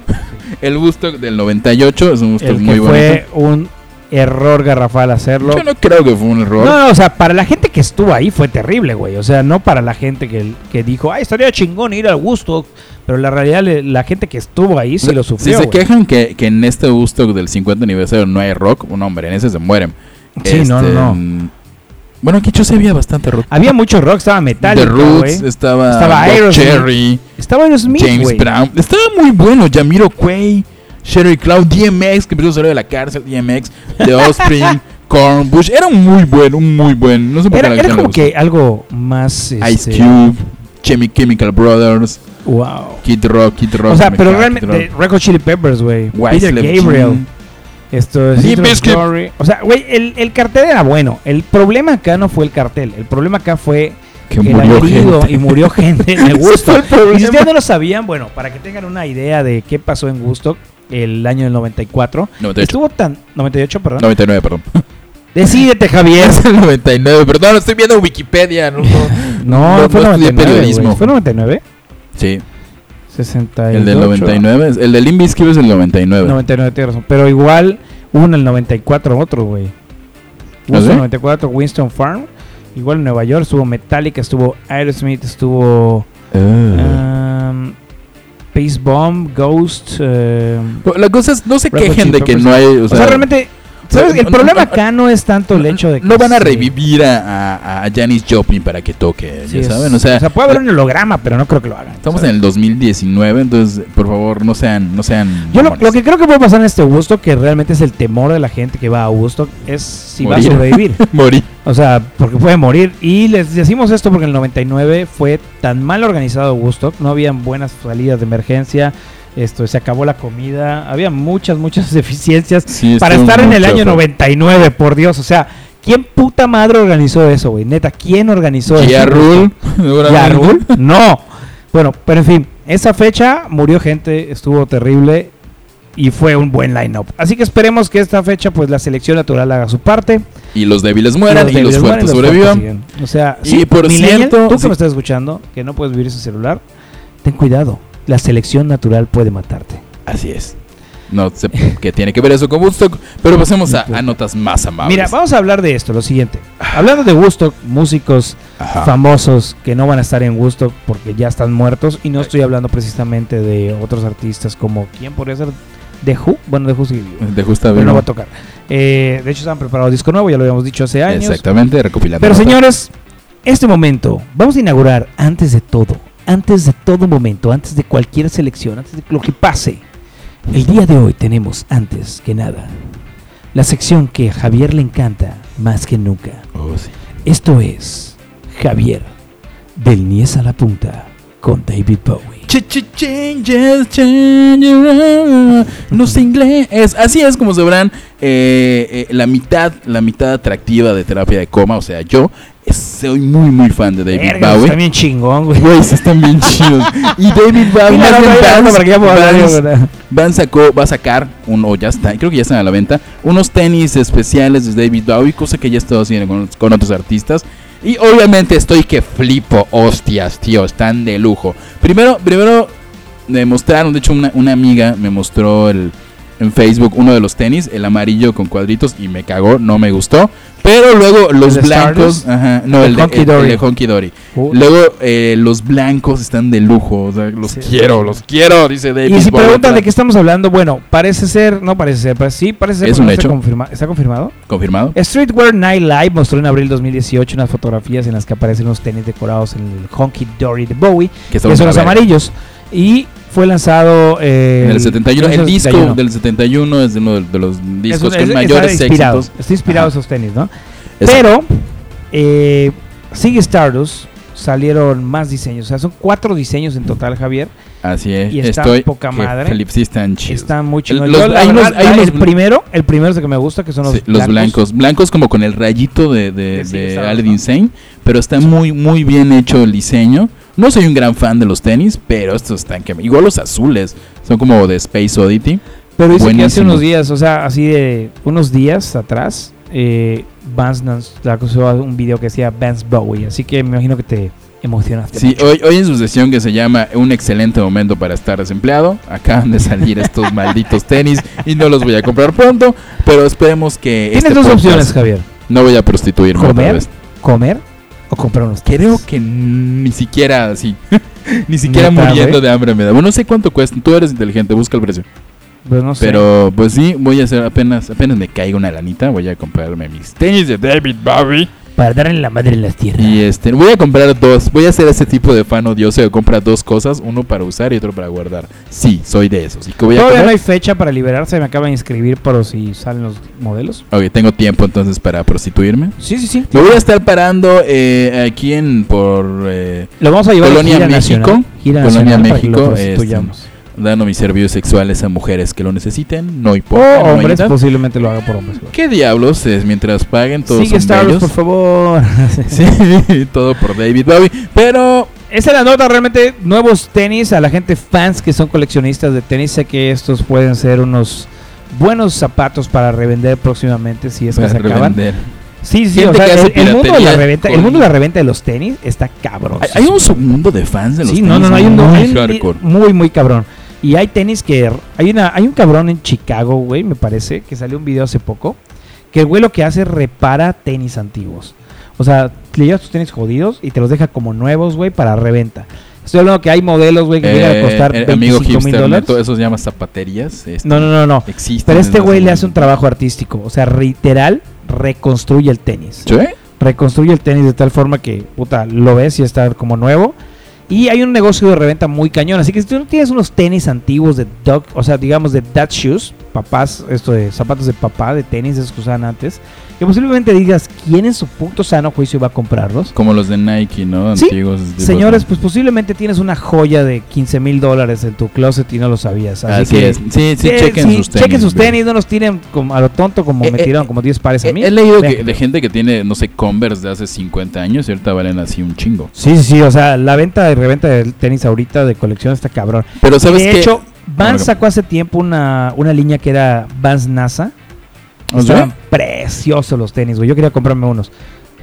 el Woodstock del 98 es un Woodstock muy
que
bonito.
fue un error garrafal hacerlo.
Yo no creo que fue un error.
No, no, o sea, para la gente que estuvo ahí fue terrible, güey. O sea, no para la gente que, que dijo, ay, estaría chingón ir al gusto. Pero la realidad, le- la gente que estuvo ahí sí
O sea,
lo sufrió.
si se
güey.
quejan que, que en este Woodstock del 50 aniversario no hay rock, un hombre, en ese se mueren.
Sí, no,
Este,
no, no.
mm, Bueno, aquí yo se había bastante rock.
Había mucho rock, estaba metal.
The Roots, estaba,
Estaba
Bob
Aerosmith.
Cherry.
Estaba Aerosmith,
James
güey.
Brown. Estaba muy bueno. Yamiro Quay, Sherry Cloud, DMX, que empezó a salir de la cárcel, DMX, The
(laughs)
Offspring, Corn, Bush. Era un muy buen, un muy buen. No sé por qué
Era,
la
era
gente no
como
le
que algo más.
gustó. Ice
este,
Cube, Chemi Chemical Brothers,
Wow.
Kid Rock, Kid Rock.
O sea,
me
pero
encanta
realmente,
Kid
de
Rock.
Red Hot Chili Peppers, güey.
Wise
Peter
Levy
Gabriel.
King.
Esto es.
Deep
Sisters of
Biscuit.
Glory. O sea, güey, el, el cartel era bueno. El problema acá no fue el cartel. El problema acá fue
Que
el
murió
agredido
gente. (laughs)
y murió gente en el
Ese fue
Woodstock.
el problema.
Y si ustedes no lo sabían, bueno, para que tengan una idea de qué pasó en Woodstock el año del 94,
98.
estuvo tan 98, perdón.
99, perdón.
Decídete, (laughs) Javier.
Es el 99, perdón, estoy viendo Wikipedia. No,
No,
No,
fue
no estudié
99,
periodismo.
güey. ¿Fue 99?
(laughs) Sí,
68.
el del 99, es- el del Limp Bizkit es el 99.
99, tienes razón. Pero igual, uno en el 94, otro, güey.
¿Ah, sí?
Winston 94, Winston Farm. Igual en Nueva York estuvo Metallica, estuvo Aerosmith, estuvo
Ah.
um, Peace Bomb, Ghost. eh,
La cosa es, no se
Red Hot
quejen de
Chili
que
Peppers.
no hay.
pues, o sea, realmente, ¿sabes?
no,
El
no,
problema
no,
acá no es tanto el hecho de que.
no van a
se-
revivir a, a, a Janis Joplin para que toque,
sí,
ya
es-
saben, o sea, eh,
puede haber un holograma, pero no creo que lo hagan.
estamos
¿sabes?
en el 2019, entonces por favor no sean, no sean.
Yo lo,
mamones.
lo que creo que puede pasar en este gusto, que realmente es el temor de la gente que va a gusto, es si
Morir.
va a sobrevivir.
(laughs) morí.
O sea, porque puede morir. Y les decimos esto porque en el 99 fue tan mal organizado Woodstock. No habían buenas salidas de emergencia. Esto, se acabó la comida. Había muchas, muchas (laughs) deficiencias.
Sí,
Para
estuvo
estar en
muy
el año
chafa.
99, por Dios. O sea, ¿quién puta madre organizó eso, güey? Neta, ¿quién organizó
Y
eso?
a Rule, seguramente.
¿Yarul? (laughs) No. Bueno, pero en fin, esa fecha murió gente, estuvo terrible y fue un buen line-up. Así que esperemos que esta fecha, pues la selección natural haga su parte.
Y los débiles mueran y los,
débiles mueren,
fuertes
los
sobrevivan.
fuertes siguen. O sea,
Y
sí,
por
millennial,
cierto-
tú que
sí.
me estás escuchando, que no puedes vivir sin celular, ten cuidado. La selección natural puede matarte.
Así es. No sé qué tiene que ver eso con Woodstock, pero pasemos a, a notas más amables.
Mira, vamos a hablar de esto, lo siguiente. Hablando de Woodstock, músicos
Ajá.
famosos que no van a estar en Woodstock porque ya están muertos, y no estoy hablando precisamente de otros artistas como, ¿quién podría ser? ¿De Who? Bueno, de Who sigue vivo,
De justa
pero no va
Vivo.
a tocar. Eh, de hecho, se han preparado disco nuevo, ya lo habíamos dicho hace años.
Exactamente, recopilando.
Pero
notas.
señores, este momento, vamos a inaugurar antes de todo, antes de todo momento, antes de cualquier selección, antes de lo que pase. El día de hoy tenemos, antes que nada, la sección que a Javier le encanta más que nunca.
Oh, sí.
Esto es Javier, del Nies a la punta, con David Bowie.
Ch- ch- changes, change around. No sé inglés. Así es como sabrán eh, eh, la mitad, la mitad atractiva de terapia de coma. O sea, yo eh, soy muy, muy fan de David
Verga,
Bowie.
Está bien chingón, güey.
Güey, sí están bien chidos. Y (laughs) David Bowie,
(laughs) Mira,
más bien
no, no, no, no,
Vans-
porque ya puedo hablar,
Vans-
¿verdad?
Van sacó, va a sacar, un, o ya está, creo que ya están a la venta, unos tenis especiales de David Bowie, cosa que ya he estado haciendo con, con otros artistas. Y obviamente estoy que flipo, hostias, tío, están de lujo. Primero, primero me mostraron, de hecho una, una amiga me mostró el, en Facebook uno de los tenis, el amarillo con cuadritos, y me cagó, no me gustó. Pero luego los
de
blancos,
Stardust?
ajá, no, el,
El
de,
Hunky
el- el
Dory.
de Honky Dory. Luego eh, los blancos están de lujo, o sea, los
Sí.
quiero, los quiero, dice David.
Y si
Bowie.
preguntan de qué estamos hablando, bueno, parece ser, no parece ser, pero sí parece ser.
Es
porque
un
no está
hecho.
confirma- ¿Está confirmado?
confirmado.
Streetwear Night Live mostró en abril 2018 unas fotografías en las que aparecen unos tenis decorados en el Honky Dory de Bowie,
Que
que
estamos a
son los
ver.
amarillos. Y fue lanzado eh,
En el 71, el disco
71.
del 71 es uno de, de los
Es
discos
un-
con
es- está
mayores
inspirado,
éxitos.
Está inspirado
Ajá.
esos tenis, ¿no?
Exacto.
Pero eh, sigue Stardust, salieron más diseños, o sea, son cuatro diseños en total, Javier.
Así es.
y está
Estoy
poca
que
madre.
Philip sí están chidos.
Están muy chingones.
los-
Yo, la
hay unos-
verdad,
hay
el
unos bl-
primero, el primero es el que me gusta, que son los,
Sí, los blancos. Blancos como con el rayito de, de,
De Ziggy
de
Stardust,
Aladdin
¿no?
Sane, pero está muy muy bien hecho el diseño. No soy un gran fan de los tenis, pero estos están que igual los azules son como de Space Oddity.
Pero dice que hace
Buenísimo.
unos días, o sea, así de unos días atrás, eh, Vance nos acusó un video que decía Vance Bowie, así que me imagino que te emocionaste.
Sí,
mucho.
hoy, hoy en su sesión que se llama Un excelente momento para estar desempleado. Acaban de salir
(laughs)
estos malditos tenis y no los voy a comprar pronto. Pero esperemos que.
Tienes
este
dos
podcast
opciones, Javier.
No voy a prostituirme otra
¿Comer?
vez.
Comer o comprar unos tenis.
Creo que ni siquiera así. (laughs) ni siquiera
Neta,
muriendo
güey.
de hambre me da. Bueno, no sé cuánto cuesta. Tú eres inteligente, busca el precio.
Pues no sé.
Pero pues sí, voy a hacer apenas. Apenas me caiga una lanita. Voy a comprarme mis tenis de David Bowie.
Para darle la madre en las tierras.
Y este, voy a comprar dos. Voy a ser ese tipo de fan odioso que compra dos cosas, uno para usar y otro para guardar. Sí, soy de esos. ¿Y qué voy a
Todavía no
comer?
hay fecha para liberarse, me acaban de inscribir por si salen los modelos.
Ok, tengo tiempo entonces para prostituirme.
Sí, sí, sí.
Me voy a estar parando eh, aquí en por eh,
Lo vamos a llevar
Colonia
a gira
México,
nacional, gira
Colonia
nacional para que lo
México, este,
prostituyamos.
dando mis servicios sexuales a mujeres que lo necesiten, no
O
importa. no hay
Oh, hombres, pues,
edad.
posiblemente lo haga por hombres. güey.
¿Qué diablos es mientras paguen todos
Sigue
son
Star Wars,
bellos?
por favor. (laughs)
(laughs) Sí, todo por David Bowie, pero
Esa es la nota, realmente nuevos tenis a la gente fans que son coleccionistas de tenis. Sé que estos pueden ser unos buenos zapatos para revender próximamente si es que
para
se acaban.
revender.
Sí, sí,
Gente
o sea,
que hace
el, el mundo de la
piratería
reventa, el
con-
mundo de la reventa de los tenis está cabrón.
Hay, hay un submundo de fans de los
Pues, Sí, no, no,
tenis
no, hay un,
muy
hay un-
hardcore.
muy muy cabrón. Y hay tenis que hay una hay un cabrón en Chicago, güey, me parece, que salió un video hace poco, que el güey lo que hace es repara tenis antiguos. O sea, le llevas tus tenis jodidos y te los deja como nuevos, güey, para reventa. Estoy hablando que hay modelos, güey, que llegan a
Eh,
costar
eh,
25 mil
hipster,
dólares.
Neto, eso se llama zapaterías. este,
No, no, no, no.
Existen.
Pero
en
este
las-
güey le hace un trabajo artístico. O sea, literal, reconstruye el tenis
¿Sí?
reconstruye el tenis de tal forma que, puta, lo ves y está como nuevo. Y hay un negocio de reventa muy cañón. Así que si tú no tienes unos tenis antiguos de Doc, o sea, digamos de Dad Shoes, papás, esto de zapatos de papá, de tenis, esos que usaban antes, que posiblemente digas quién en su punto sano juicio va a comprarlos.
Como los de Nike, ¿no?
Sí,
Antiguos. tipo,
Señores,
¿no?
pues posiblemente tienes una joya de 15 mil dólares en tu closet y no lo sabías. Así,
Así
que,
es. Sí, sí,
eh,
chequen
sí,
sus tenis.
chequen sus
güey.
tenis, no los tiren como a lo tonto como
Eh,
me
eh,
tiraron como 10 pares a
He,
mí.
he leído que,
Vean.
de gente que tiene, no sé, Converse de hace 50 años y ahorita valen así un chingo.
Sí, sí, sí, o sea, la venta y reventa del tenis ahorita de colección está cabrón.
Pero ¿sabes
de
qué?
hecho, Vans
Ahora-
sacó hace tiempo una, una línea que era Vans NASA.
¿O
Estaban
sea?
preciosos los tenis, güey. Yo quería comprarme unos.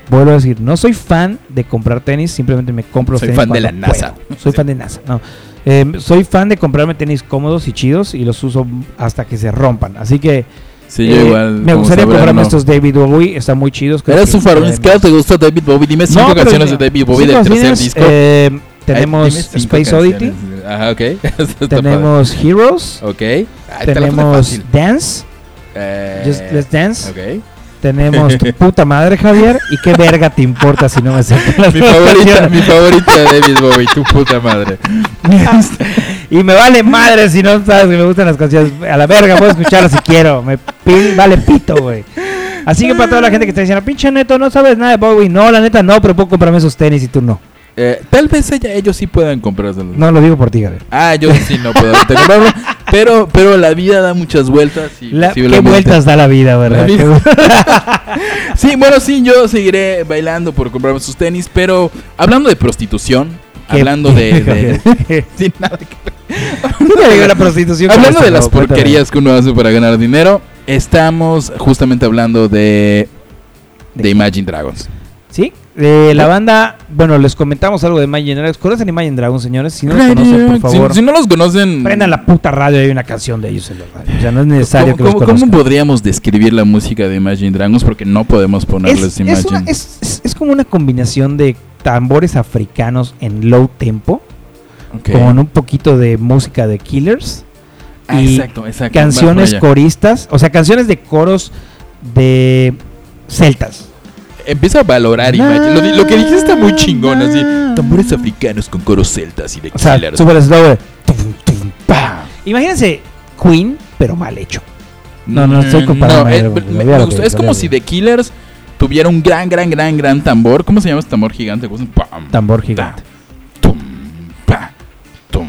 Vuelvo a decir, no soy fan de comprar tenis, simplemente me compro los
Soy
tenis
fan de
cuando
la NASA.
puedo. Soy fan de NASA, no. Eh, soy fan de comprarme tenis cómodos y chidos y los uso hasta que se rompan. Así que
Sí,
eh,
yo igual.
me
como
gustaría
sabrán,
comprarme
no.
estos David Bowie, están muy chidos. creo
Eres
que
un farol,
valen
es que
más.
te gusta David Bowie. Dime
No,
cinco
pero
canciones
mira,
de David Bowie
cinco
del tercer
canciones,
disco.
eh, tenemos
Ay, dime cinco
Space Oddity,
canciones. Ajá, ok. (laughs) Eso está
tenemos Heroes,
padre. Ok. Ahí te la puse
tenemos
fácil.
Dance,
Eh,
Just Let's Dance,
Ok. (laughs)
tenemos tu puta madre Javier y qué verga te importa si no me sé
(laughs)
las
Mi favorita,
canciones?
mi
(laughs)
favorita de David Bowie, tu puta madre.
Y me vale madre si no sabes que me gustan las canciones. A la verga, puedo escucharlas si quiero. Me pi- vale pito, güey. Así que para toda la gente que está diciendo, pinche neto, no sabes nada de Bowie. No, la neta no, pero puedo comprarme esos tenis y tú no.
Eh, tal vez ella- ellos sí puedan comprárselos.
No lo digo por ti, Javier.
Ah, yo sí no puedo ahorita comprarlo. Pero, pero la vida da muchas vueltas. Y
La- ¿Qué
posiblemente-
vueltas da la vida, verdad?
La vida.
Qué bu-
Sí, bueno, sí, yo seguiré bailando por comprarme sus tenis, pero hablando de prostitución,
qué-
hablando de... (laughs)
(laughs)
de-
¿Qué
sí, nada que-
te digo la prostitución? con
hablando
esto?
de
No,
las
cuéntame.
porquerías que uno hace para ganar dinero, estamos justamente hablando de... De Imagine Dragons.
Sí, eh, la banda, bueno, les comentamos algo de Imagine Dragons. ¿Conocen Imagine Dragons, señores? Si no los conocen, por
Si-
favor,
Si, no los conocen...
prendan la puta radio y hay una canción de ellos en la radio. O sea, no es necesario
¿Cómo,
que los
cómo- cómo
conozcan.
podríamos describir la música de Imagine Dragons? Porque no podemos ponerles
es,
Imagine.
es una- es- es- es como una combinación de tambores africanos en low tempo,
Ok.
con un poquito de música de Killers,
Ah,
y
exacto, exacto.
canciones
Vas por allá.
coristas, o sea, canciones de coros de celtas.
Empieza a valorar Imagine. Lo, di- lo que dijiste está muy chingón, así.
Na-
Tambores africanos con coros celtas y de
O sea,
killers.
super slow. eh. Tum, tum, pa.
Pa.
Imagínense Queen, pero mal hecho. No, no, estoy
Mm,
comparando a
es,
Iron Man,
me-
la verdad,
me gustó.
la
Es como
verdad.
si The Killers tuviera un gran, gran, gran, gran tambor. ¿Cómo se llama ese tambor gigante? Pam,
Tambor gigante.
tum, pa, tum,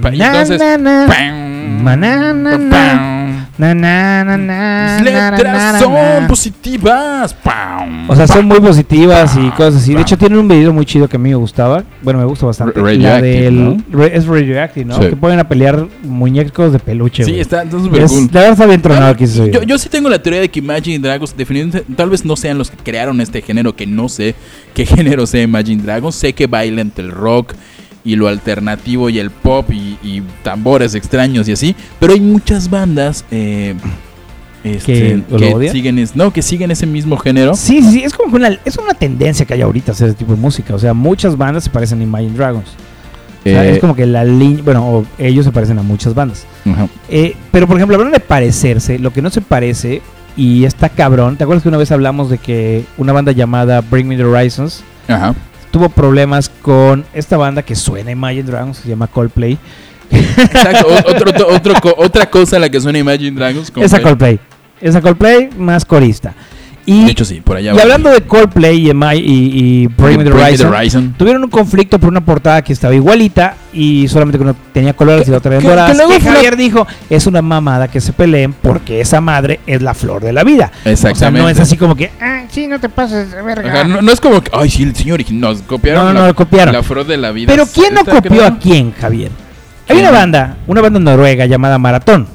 pa. Y
Na,
entonces.
na, na.
pam,
Ma, na, na,
pam,
na.
pam.
Na, na, na, na,
Mis
na, na, na,
letras
na.
son
pues,
positivas. pam,
O sea,
pam.
son muy positivas y cosas así. De hecho, tienen un video muy chido que a mí me gustaba. Bueno, me gusta bastante.
Ra-
La
Radioactive,
del- re- Es Radioactive, ¿no?
Sí.
Que ponen a pelear muñecos de peluche.
Sí,
güey.
está está súper
Es-
cool.
La verdad está bien tronado que hizo.
Yo, yo sí tengo la teoría de que Imagine Dragons, definitivamente, tal vez no sean los que crearon este género, que no sé qué (laughs) género sea Imagine Dragons. Sé que baila entre el rock y lo alternativo y el pop y, y tambores extraños y así, pero hay muchas bandas eh, este,
¿Que lo
que,
odian?
siguen es- no, que siguen ese mismo género.
Sí, sí, sí, es como que una, es una tendencia que hay ahorita hacer ese tipo de música. O sea, muchas bandas se parecen a Imagine Dragons. O sea,
Eh,
es como que la línea. Bueno, o ellos se parecen a muchas bandas.
ajá.
Eh, pero por ejemplo, hablando de parecerse, lo que no se parece y está cabrón. ¿Te acuerdas que una vez hablamos de que una banda llamada Bring Me the Horizons
ajá.
tuvo problemas con esta banda que suena a Imagine Dragons, se llama Coldplay.
Exacto, o- otro- otro- otro co- otra cosa a la que suena Imagine Dragons. como
(laughs) Esa
que-
Coldplay. Esa Coldplay más corista. Y,
de hecho, sí, por
y
allá. va.
hablando de Coldplay y, Emi- y, y Bring Me The Horizon,
Horizon.
tuvieron un conflicto por una portada que estaba igualita y solamente que uno tenía colores y la otra era en
que- que
doradas.
luego
Que
fue la-
Javier dijo, es una mamada que se peleen porque esa madre es la flor de la vida. O sea,
Exactamente.
no es así como que... "Ah,
Ah, sí, no te pases, de verga.
Ajá, no, no es como que, ay, sí, el señor origi- nos copiaron.
No, no,
la,
lo copiaron.
La flor de la vida.
Pero ¿quién no
Está
copió
cabrón.
a quién, Javier? Hay
¿Quién?
una banda, una banda noruega llamada Maratón.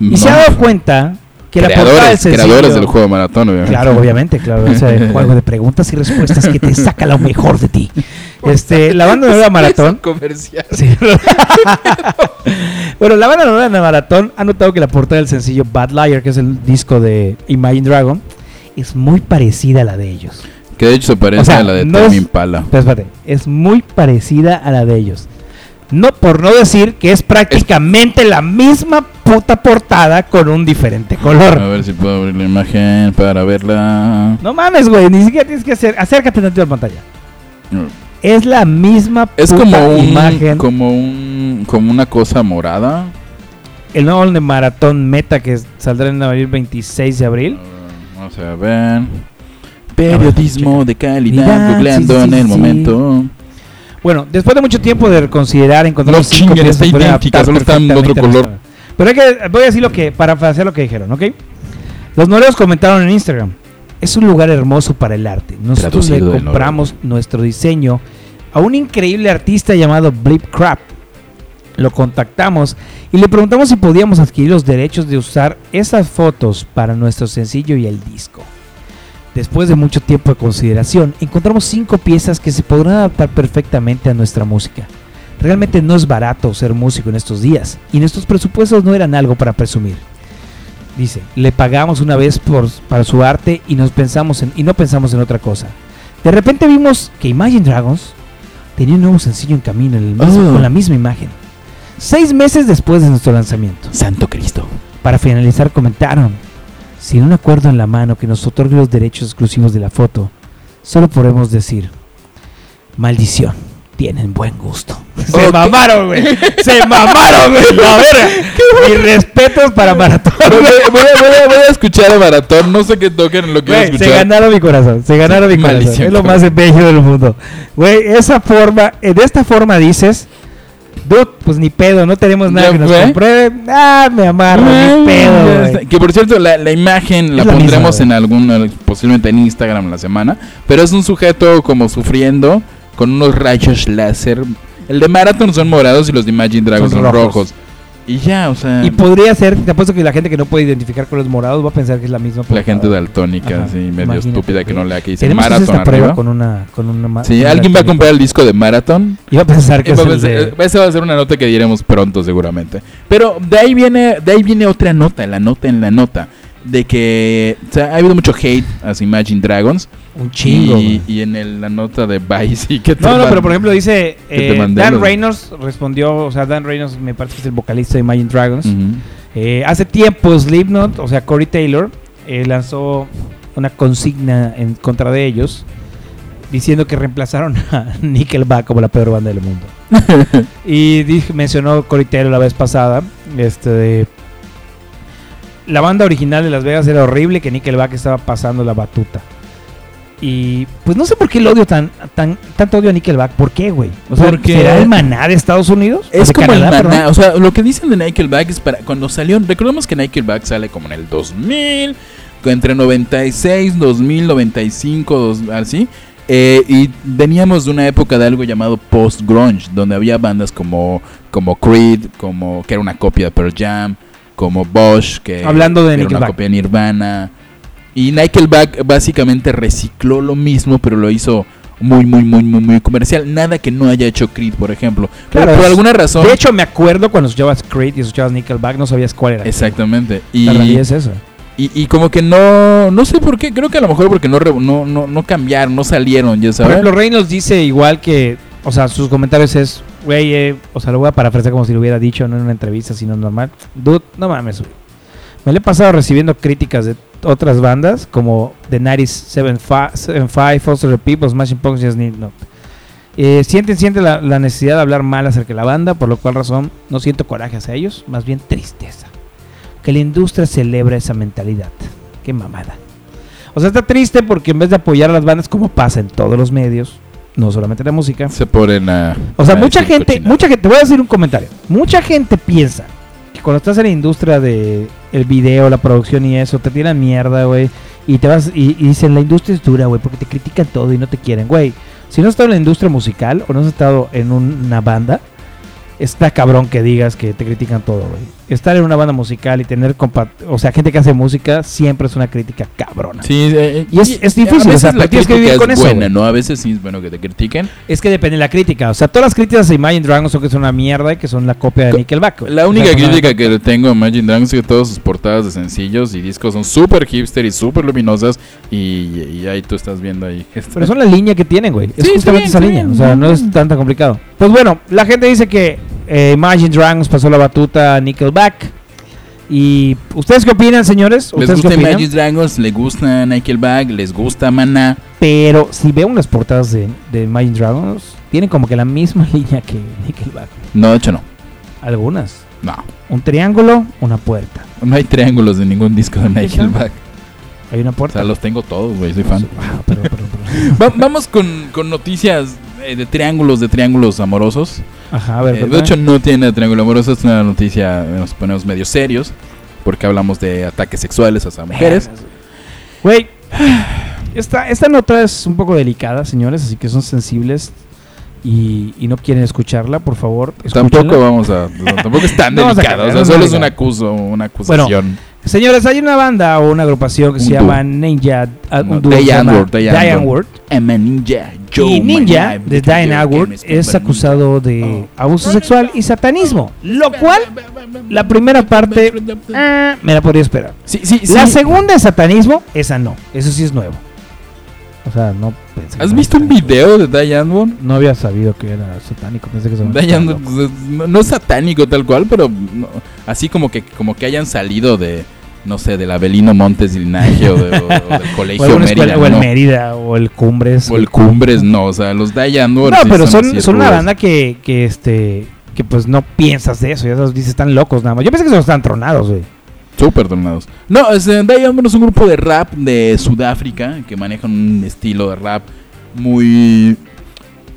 Y
No.
se ha dado cuenta que la portada del
creadores,
sencillo...
creadores del juego de maratón, obviamente.
Claro, obviamente, claro. Ese
(laughs)
juego de preguntas y respuestas que te saca lo mejor de ti. Este, la banda
(laughs)
noruega Maratón...
Eso comercial.
Sí. (laughs) bueno, la banda noruega de Maratón ha notado que la portada del sencillo Bad Liar, que es el disco de Imagine Dragon, es muy parecida a la de ellos.
Que de hecho se parece
O sea,
a la de
no
Tame
es-
Impala.
Pero espérate, es muy parecida a la de ellos. No, por no decir que es prácticamente la misma puta portada con un diferente
A
color.
ver si puedo abrir la imagen para verla.
No mames, güey, ni siquiera tienes que hacer. Acércate tantito a la pantalla. Es la misma
Es
puta
como un,
imagen.
como un, como una cosa morada.
El nuevo álbum de Maratón Meta que saldrá en abril 26 de
A ver,
abril.
Vamos a ver. Periodismo de
Mira,
calidad,
sí,
googleando
sí,
en el
sí.
momento.
Bueno, después de mucho tiempo de reconsiderar, encontramos
No chinguen,
piezas
está
que pueden
idéntica,
adaptar
solo está en otro
perfectamente a
color.
nuestra- Pero hay que, voy a decir lo que, para hacer lo que dijeron, ¿ok? Los noruegos comentaron en Instagram, es un lugar hermoso para el arte. Nosotros
Traducido
le
del
compramos nuestro diseño a un increíble artista llamado Blip Crap. Lo contactamos y le preguntamos si podíamos adquirir los derechos de usar esas fotos para nuestro sencillo y el disco. Después de mucho tiempo de consideración, encontramos cinco piezas que se podrán adaptar perfectamente a nuestra música. Realmente no es barato ser músico en estos días y nuestros presupuestos no eran algo para presumir. Dice, le pagamos una vez por, para su arte y, nos pensamos en, y no pensamos en otra cosa. De repente vimos que Imagine Dragons tenía un nuevo sencillo en camino en el mismo-
Oh.
con la misma imagen. Seis meses después de nuestro lanzamiento.
Santo Cristo.
Para finalizar comentaron, sin un acuerdo en la mano que nos otorgue los derechos exclusivos de la foto, solo podemos decir, maldición, tienen buen gusto. Se
Ok.
mamaron, güey. Se mamaron, güey. La verga. (laughs) Mis respetos para Maratón.
Voy,
güey.
a- voy a- voy a- voy a escuchar a Maratón. No sé qué toquen lo que
Güey, se ganaron mi corazón, se ganaron mi corazón.
Maldición,
Es lo
cabrón.
más bello del mundo. Güey, esa forma, eh, de esta forma dices, dude, pues ni pedo, no tenemos nada
Ya
que nos
fue.
compruebe. Ah, me amarro, ni pedo, güey.
que por cierto, la, la imagen la,
Es la
pondremos
misma,
en algún, posiblemente en Instagram la semana. Pero es un sujeto como sufriendo con unos rayos láser. El de Marathon son morados y los de Imagine Dragons son,
Son
rojos.
rojos.
Y ya, o sea,
Y podría ser, te apuesto que la gente que no puede identificar con los morados va a pensar que es la misma.
la
portada.
gente daltónica,
Ajá,
así medio
imagínate,
estúpida que no
güey.
lea que dice
Tenemos que hacer
Marathon
esta prueba
arriba.
con una, con una ma-
Si
con una
alguien va a
tónica.
comprar el disco de Marathon,
Y va a pensar que
Eh,
es
va a
el
ser-
de-
eh, Esa va a ser una nota que diremos pronto seguramente. Pero de ahí viene, de ahí viene otra nota, la nota en la nota. De que o sea, ha habido mucho hate hacia Imagine Dragons.
un chingo.
Y,
güey.
y en el- la nota de Vice. Y que te
No, no,
man-
pero por ejemplo dice
Que
eh,
te mandé
Dan
los-
Reynolds respondió, o sea, Dan Reynolds me parece que es el vocalista de Imagine Dragons.
Ujú.
Eh, hace tiempo Slipknot, o sea, Corey Taylor, eh, lanzó una consigna en contra de ellos, diciendo que reemplazaron a (laughs) Nickelback como la peor banda
(laughs)
del mundo. y dije- mencionó Corey Taylor la vez pasada, este, de- la banda original de Las Vegas era horrible, que Nickelback estaba pasando la batuta. Y pues no sé por qué el odio tan, tan tanto odio a Nickelback, ¿por qué, güey? O sea,
Porque-
¿será el maná de Estados Unidos? ¿O
Es
de
como
Canadá,
el
perdón?
maná. O sea, lo que dicen de Nickelback es para cuando salió. Recordemos que Nickelback sale como en el 2000, entre 96, 2000, 95, dos- así. Eh, y veníamos de una época de algo llamado post-grunge, donde había bandas como, como Creed, como que era una copia de Pearl Jam, como Bosch, que
Hablando
era
de
una
Nickelback.
copia de Nirvana. Y Nickelback básicamente recicló lo mismo, pero lo hizo muy, muy, muy, muy, muy comercial. Nada que no haya hecho Creed, por ejemplo. Pero
Claro,
por
es-
alguna razón.
De hecho, me acuerdo cuando escuchabas Creed y escuchabas Nickelback, no sabías cuál era.
Exactamente.
La
Y,
realidad es eso.
y, y como que no. No sé por qué. Creo que a lo mejor porque no, re- no, no, no cambiaron, no salieron, ya
Por
sabes.
ejemplo, Reynolds dice igual que, o sea, sus comentarios es, güey, eh", o sea, lo voy a parafrasear como si lo hubiera dicho, no en una entrevista, sino normal. Dude, no mames, güey. Me lo he pasado recibiendo críticas de otras bandas como The 975, Foster the People, Smashing Pumpkins, Need Not. Eh, sienten, sienten la, la necesidad de hablar mal acerca de la banda, por lo cual razón no siento coraje hacia ellos, más bien tristeza. Que la industria celebra esa mentalidad. Qué mamada. O sea, está triste porque en vez de apoyar a las bandas como pasa en todos los medios, no solamente la música.
Se ponen a.
O sea,
a
mucha
decir
gente,
cochinadas.
mucha gente, te voy a decir un comentario. Mucha gente piensa que cuando estás en la industria de el video, la producción y eso, te tiran mierda, güey, y te vas y, y dicen la industria es dura, güey, porque te critican todo y no te quieren, güey. Si no has estado en la industria musical o no has estado en un- una banda, está cabrón que digas que te critican todo, güey. Estar en una banda musical y tener, compa- o sea, gente que hace música siempre es una crítica cabrona.
Sí, eh,
Y es- es
A
difícil, o
veces
sea,
la
pero tienes
crítica
que vivir
es
con eso,
buena,
güey.
¿no? A veces sí es bueno que te critiquen.
Es que depende de la crítica. O sea, todas las críticas de Imagine Dragons son que son una mierda y que son la copia de
Co-
Nickelback. güey.
La
O
única
sea,
crítica que le tengo a Imagine Dragons es que todas sus portadas de sencillos y discos son súper hipster y súper luminosas. Y, y ahí tú estás viendo ahí. Este,
Pero son la línea que tienen, güey. Es
Sí, está bien,
justamente esa
está
línea.
bien.
O sea, no es tan tan complicado. Pues bueno, la gente dice que eh, Imagine Dragons pasó la batuta a Nickelback. ¿Y ustedes qué opinan, señores?
les
¿Ustedes qué
gusta
opinan?
Imagine Dragons, les gusta Nickelback, les gusta Maná.
Pero si veo unas portadas de, de Imagine Dragons, tienen como que la misma (laughs) línea que Nickelback.
No, de hecho no.
Algunas.
No.
Un triángulo, una puerta.
No hay triángulos de ningún disco de Nickelback.
Hay una
O sea,
puerta.
los tengo todos, güey, soy fan.
Ah, perdón, perdón, perdón.
Va- vamos con, con noticias eh, de triángulos, de triángulos amorosos.
Ajá, a ver.
Eh, de
perdón.
hecho, no tiene triángulo amoroso, es una noticia, eh, nos ponemos medio serios, porque hablamos de ataques sexuales
Eh,
hacia mujeres.
Güey, esta, esta nota es un poco delicada, señores, así que son sensibles y, y no quieren escucharla, por favor. escúchenla.
Tampoco vamos a. Tampoco es tan
(laughs) No vamos a
delicado, o
cambiar,
sea,
no
solo
es
es
delicado.
un acuso, una acusación.
Señores, hay una banda o una agrupación que
Un
se
dúo.
llama Ninja. ah,
No,
un dúo
Day
se llama
Antwoord, Day
Day
Antwoord.
Antwoord.
I'm a ninja. Joe,
Y
my
Ninja,
life
de
is a
Diane
video
Award,
game, es
es
como
acusado de
Oh.
abuso sexual y satanismo. Lo cual, la primera parte, ah, me la podría esperar.
Sí, sí, sí.
La segunda es satanismo, esa no. Eso sí es nuevo. O sea, no pensé que
¿Has
no
visto un
era-
video de Diane Ward?
No había sabido que era satánico. Pensé que se
(laughs)
me-
Diane Ward, no, no pues, es satánico tal cual, pero no- así como que, como que hayan salido de, no sé, del Abelino Montes linaje o, de- o- o del
(laughs) O,
Colegio
alguna
Mérida.
escuela- o el
no.
Mérida, o el Cumbres.
O el Cumbres, no. O sea, los Diane Ward.
No,
sí
pero son,
así
son una
rudos.
banda que, que, este, que pues no piensas de eso. Ya sabes, dices, están locos nada más. Yo pensé que se los están tronados, güey.
Súper tornados. No, es, eh, Diane Ward es un grupo de rap de Sudáfrica que manejan un estilo de rap muy.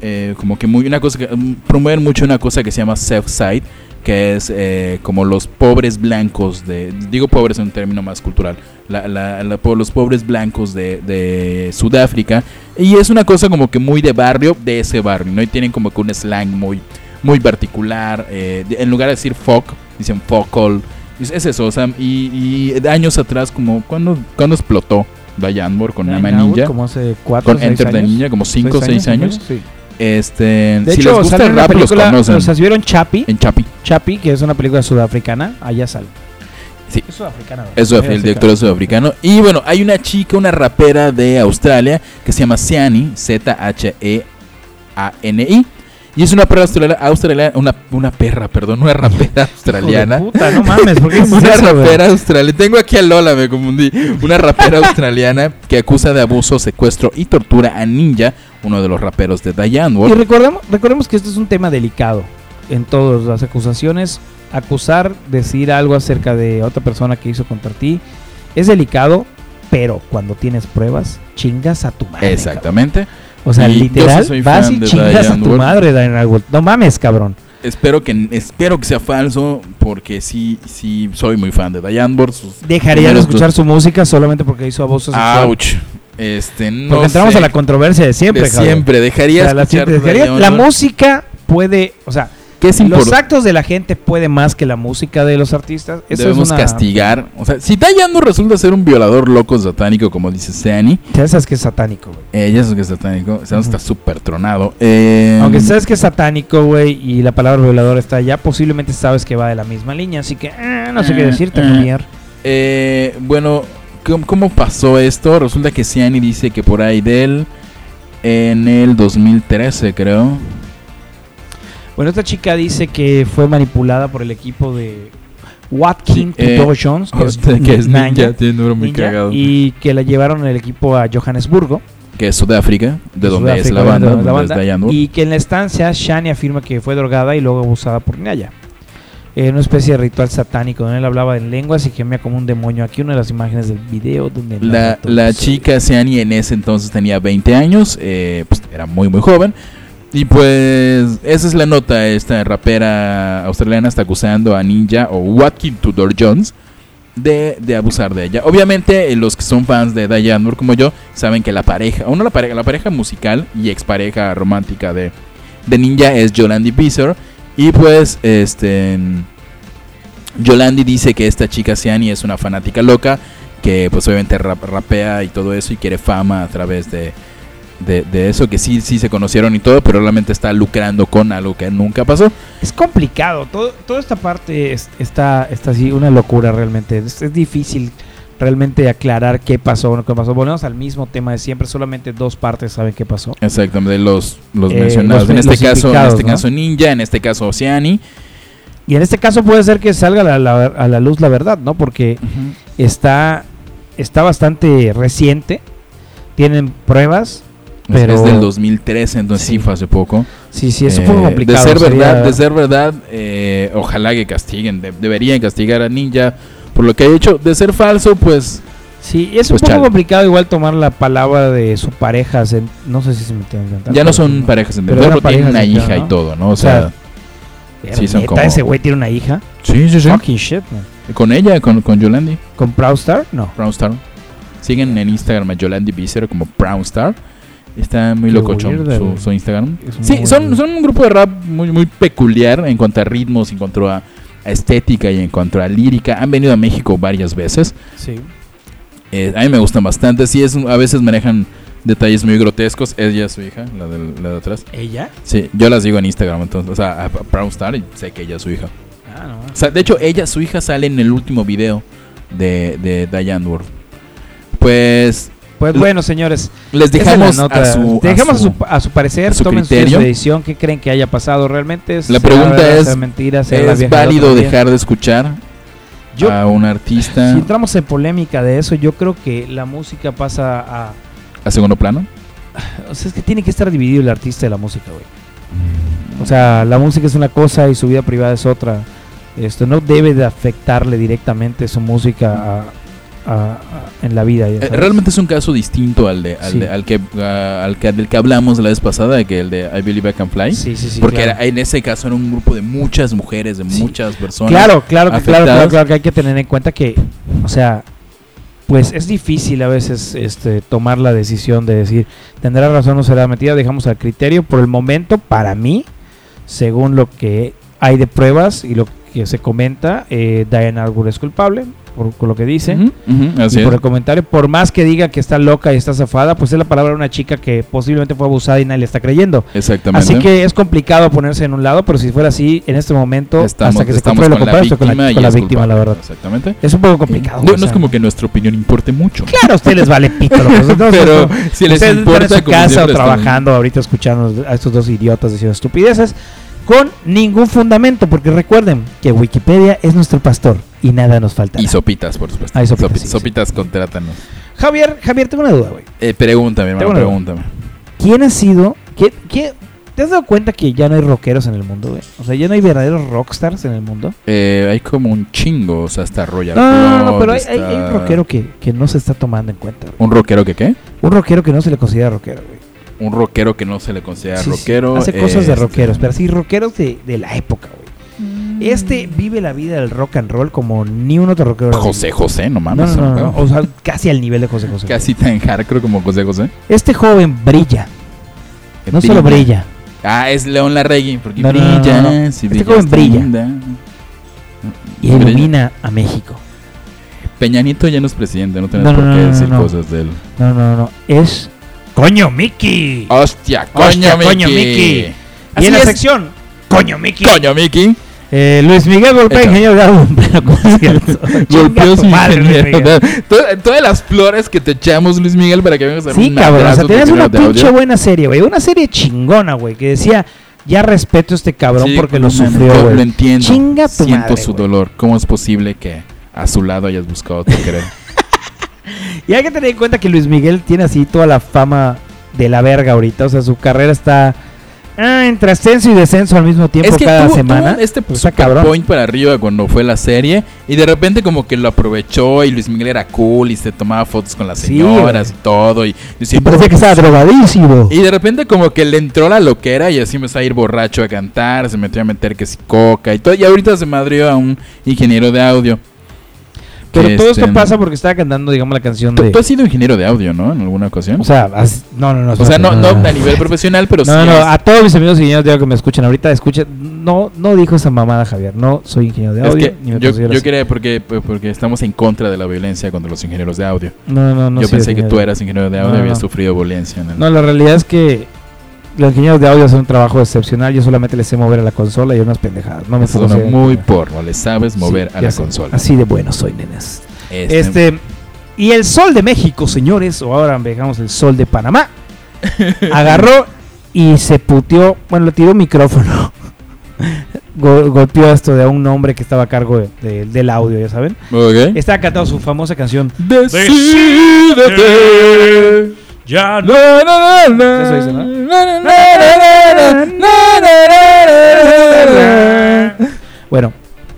eh, como que muy. Una cosa que. mm, Promueven mucho una cosa que se llama Southside, que es eh, como los pobres blancos de. Digo pobres en un término más cultural. La, la- la- po- los pobres blancos de, de Sudáfrica. Y es una cosa como que muy de barrio, de ese barrio, ¿no? Y tienen como que un slang muy, muy particular. eh, de- en lugar de decir fuck, dicen fuck all. Es, es eso, o sea, y, y de años atrás, como cuando, cuando explotó Diane Moore con Nama Ninja,
Como hace cuatro
Ah, con Enter the Ninja, como 5 o 6 años.
Sí.
Este,
De
si
hecho,
les gusta
sale
el
una
rap, los
película-
conocen.
O sea, si vieron Chapi,
en Chapi.
Chapi, que es una película sudafricana, allá sale.
Sí.
Es sudafricana. ¿verdad?
Eso,
Sí,
el director es sudafricano. Y bueno, hay una chica, una rapera de Australia que se llama Seani, Z-H-E-A-N-I. Y es una perra australiana, australiana- una, una perra, perdón, una rapera
(laughs) Hijo de
australiana.
Puta, no mames,
(laughs)
¿por qué dices
Una
eso, güey?
rapera australiana. Tengo aquí a Lola, me confundí. Una rapera australiana que acusa de abuso, secuestro y tortura a Ninja, uno de los raperos de Diane
Y
Ward.
recordemos, recordemos que esto es un tema delicado en todas las acusaciones. Acusar, decir algo acerca de otra persona que hizo contra ti, es delicado, pero cuando tienes pruebas, chingas a tu madre.
Exactamente.
cabrón. O sea,
Y yo sí
literal,
soy
vas
fan
y
de
chingas a
Diane
tu
Ward.
madre, Diane Wood. No mames, cabrón.
Espero que, espero que sea falso, porque sí, sí, soy muy fan de Diane Ward. Sus
Dejaría de
primeros
escuchar su música solamente porque hizo abuso sexual.
Ouch. Este, no
porque entramos
sé.
a la controversia de siempre,
de
cabrón.
siempre.
O
Dejaría
sea, la,
escuchar
dejaría-
Diane
la
Ward,
música puede, o sea,
que es
los
importante.
actos de la gente puede más que la música de los artistas. Eso
Debemos
es una,
castigar. O sea, si Diane Ward resulta ser un violador loco satánico, como dice Seani,
Ya sabes que es satánico, güey.
eh, ya es que es satánico. Seani está
Ujú.
súper tronado. Eh,
Aunque sabes que es satánico, güey, y la palabra violador está allá, posiblemente sabes que va de la misma línea, así que eh, no sé qué
Eh,
decirte,
eh.
Javier.
Eh, bueno, ¿cómo, cómo pasó esto? Resulta que Ciani dice que por ahí de él, en el 2013 creo,
Bueno, esta chica dice que fue manipulada por el equipo de Watkin
Sí, eh,
Tuto
(laughs)
Jones, que es,
que es
Nanya,
ninja, tiene un número muy
ninja,
cagado,
y que la llevaron el equipo a Johannesburgo,
que es Sudáfrica, de donde es
Sudáfrica,
la banda,
donde es la
donde es
banda,
Diane Ward.
y que en la estancia Shani afirma que fue drogada y luego abusada por Naya. En una especie de ritual satánico donde él hablaba en lenguas y gemía como un demonio. Aquí una de las imágenes del video donde
La,
narra todo
la
eso.
chica Seani en ese entonces tenía 20 años, eh, pues, era muy muy joven. Y pues esa es la nota, esta rapera australiana está acusando a Ninja o Watkin Tudor Jones de, de abusar de ella. Obviamente eh, los que son fans de Diane Moore como yo saben que la pareja, o no la pareja, la pareja musical y expareja romántica de, de Ninja es Yolandi Visor. Y pues este... Yolandi dice que esta chica Seani es una fanática loca que pues obviamente rap- rapea y todo eso y quiere fama a través de, de, de eso, que sí, sí se conocieron y todo, pero realmente está lucrando con algo que nunca pasó.
Es complicado, todo, toda esta parte es- está, está así, una locura realmente. Es, es difícil realmente aclarar qué pasó o no qué pasó. Volvemos al mismo tema de siempre, solamente dos partes saben qué pasó.
Exactamente, los, los
Eh,
mencionados.
los-
en este
los
caso, en
implicados,
este
¿no?
caso Ninja, en este caso Oceani.
Y en este caso puede ser que salga la- la- a la luz la verdad, ¿no? Porque está, está bastante reciente, tienen pruebas.
Es-
Pero-
Es del 2013, entonces sí,
Sí.
fue hace poco.
Sí, sí, es un poco
Eh,
complicado.
De ser
sería-
verdad, de ser verdad eh, ojalá que castiguen, de- deberían castigar a Ninja por lo que ha hecho. De ser falso, pues
Sí, es
Pues
un poco
chale.
complicado igual tomar la palabra de su pareja. se- no sé si se me entiende.
ya no son parejas,
Pero
pero, pero
eran
tienen una
parejas, ya,
hija y
¿no?
todo, ¿no? O
O sea,
sea, Sí,
Sí,
son como-
ese güey tiene una hija.
sí, sí, sí.
Fucking shit, man.
Con ella, con, con Yolandi.
¿Con Proudstar? No.
Brown Star. Siguen en Instagram a Yolandi Visser como Brown Star. Está muy
Qué
locochón
weird,
su,
güey.
su Instagram.
Es
Sí,
muy
son,
weird.
son un grupo de rap muy, muy peculiar en cuanto a ritmos, en cuanto a a estética y en cuanto a lírica. Han venido a México varias veces.
Sí.
Eh, a mí me gustan bastante. Sí, es, un- a veces manejan detalles muy grotescos. Ella es su hija, la de, la de atrás.
¿Ella?
Sí, yo las digo en Instagram, entonces. O sea, a a Brown Star, y sé que ella es su hija.
Ah, no.
O sea, de hecho, ella, su hija, sale en el último video de, de Diane Ward. Pues
Pues
Lo-
bueno, señores,
les
esa es la
dejamos
nota.
a su. a
dejemos a
su-
su, a su parecer,
a su
tomen su
criterio.
decisión, qué creen que haya pasado realmente.
La
¿Será
pregunta
verdad,
es,
será mentira, será la
es
vieja del
válido
otro día?
dejar de escuchar
Yo-
a un artista
Si entramos en polémica de eso, yo creo que la música pasa a...
a segundo plano.
O sea, es que tiene que estar dividido el artista de la música, güey.
Mm.
O sea, la música es una cosa y su vida privada es otra. Esto no debe de afectarle directamente su música a- a- a- en la vida. ya
Eh,
sabes.
Realmente es un caso distinto al de, al,
Sí.
de- al que ah, al que del que hablamos la vez pasada, que el de I Believe I Can Fly,
Sí, sí, sí.
porque
claro.
era- en ese caso era un grupo de muchas mujeres, de
Sí.
muchas personas.
Claro, claro, que- claro, claro,
afectados.
claro que hay que tener en cuenta que, o sea, pues es difícil a veces este, tomar la decisión de decir, tendrá razón o será mentira, dejamos al criterio. Por el momento, para mí, según lo que hay de pruebas y lo que se comenta, eh, Diane Arbor es culpable, por, con lo que dice.
Ujú, ujú, así
Y
es.
por el comentario, por más que diga que está loca y está zafada, pues es la palabra de una chica que posiblemente fue abusada y nadie le está creyendo.
Exactamente.
Así que es complicado ponerse en un lado, pero si fuera así, en este momento,
estamos,
hasta que se
estamos
compruebe lo
con la
contrario, estoy con la,
víctima y
con la
es
víctima, la
culpable.
verdad.
Exactamente.
Es un poco complicado.
No,
o
no
sea.
es como que nuestra opinión importe mucho.
Claro, a ustedes les vale pito. lo que- entonces,
Pero
no,
si les
ustedes
importa,
están en su
como
casa o
siempre, están-
trabajando ahorita escuchando a estos dos idiotas diciendo estupideces con ningún fundamento, porque recuerden que Wikipedia es nuestro pastor y nada nos falta.
Y sopitas, por supuesto.
Ah, y sopitas,
Sopi-
sí, sí.
sopitas, contrátanos.
Javier, Javier, tengo una duda, güey.
Eh, pregúntame, hermano,
Tengo una-
pregúntame.
¿Quién ha sido? ¿Qué, qué, te has dado cuenta que ya no hay rockeros en el mundo, güey? O sea, ya no hay verdaderos rockstars en el mundo.
Eh, hay como un chingo, o sea, hasta Royal
No, no, no, no,
Blood,
pero hay,
está-
hay- hay un rockero que, que no se está tomando en cuenta, güey.
¿Un rockero que qué?
Un rockero que no se le considera rockero, güey.
Un rockero que no se le considera
Sí, sí,
rockero.
Hace cosas de
este,
rockeros, pero sí, rockeros de, de la época, güey. Este vive la vida del rock and roll como ni un otro rockero.
José José, no
No,
mames.
no, no,
¿no?
no, O sea, casi al nivel de José José.
Casi tan hardcore como José José.
Este joven brilla.
Que
No solo brilla.
Ah, es León Larregui, porque
No, no, no,
brilla.
no, no.
si
Este
brilla,
joven
está
brilla.
linda.
Y
Brilla.
ilumina a México.
Peña Nieto ya no es presidente, no tenés
No, no,
por qué
no, no,
decir
no.
cosas de él.
No, no, no. Es. ¡Coño, Mickey!
¡Hostia, coño,
Hostia,
Miki!
coño, Miki.
Ah, Así
y en la
es.
sección. ¡Coño, Mickey!
¡Coño, Miki!
Eh, Luis Miguel golpea
Echa.
ingeniero
(laughs)
de un pleno concierto.
Golpeó
(laughs) Chinga
a su
tu madre, Luis
ingeniero.
Miguel.
(laughs) Tod- Todas las flores que te echamos, Luis Miguel, para que vengas a
Sí,
un
cabrón. O sea,
abrazo
tenías
de
una
primero de
pinche
audio.
buena serie, güey. Una serie chingona, güey. Que decía, ya respeto a este cabrón
Sí,
porque lo
no mames,
sufrió,
yo Lo
güey.
entiendo.
Chinga tu
Siento
madre,
su
güey.
dolor. ¿Cómo es posible que a su lado hayas buscado otro querer?
Y hay que tener en cuenta que Luis Miguel tiene así toda la fama de la verga ahorita. O sea, su carrera está ah, entre ascenso y descenso al mismo tiempo cada
tuvo-
semana.
tuvo este
Pues está
super
cabrón.
point para arriba cuando fue la serie y de repente como que lo aprovechó y Luis Miguel era cool y se tomaba fotos con las
Sí,
señoras y todo y, decía,
Y parecía que estaba drogadísimo.
Y de repente como que le entró la loquera y así empezó a ir borracho a cantar, se metió a meter que si coca y todo. Y ahorita se madrió a un ingeniero de audio.
Pero
Que,
todo
este,
esto pasa porque estaba cantando, digamos, la canción
Tú,
de.
tú has sido ingeniero de audio, ¿no? En alguna ocasión.
O
O sea,
sea, as- no, no, no. espérate,
no, no, a nivel profesional, pero
No,
sí.
no,
eres-
a todos mis amigos ingenieros de audio que me escuchan ahorita, escuchen, no, no dijo esa mamada Javier, no soy ingeniero de
es
audio,
que
ni me
yo,
considero
yo
así.
quería porque, pues, porque estamos en contra de la violencia contra los ingenieros de audio.
No, no, no.
yo
soy
pensé que
ingeniero
tú
de-
eras ingeniero de audio
No,
y habías
no.
sufrido violencia. En el-
No, la realidad es que los ingenieros de audio hacen un trabajo excepcional, yo solamente les sé mover a la consola y unas pendejadas, no me
Eso suena
considero
muy
ingeniero.
porno, le sabes mover
Sí,
a
ya
la
sé,
consola.
Así de bueno soy, nenes.
Este-
Este, y el sol de México, señores, o ahora dejamos el sol de
(laughs)
Panamá, agarró y se puteó, bueno, le tiró un micrófono. (laughs) Go- golpeó esto de un hombre que estaba a cargo de- de- del audio, ya saben.
Ok.
Estaba cantando su famosa canción.
Decídete.
Ya no.
Na, na, na, na.
Eso dice, ¿no?
Na, na, na, na, na, na, na, na, na, na.
Bueno,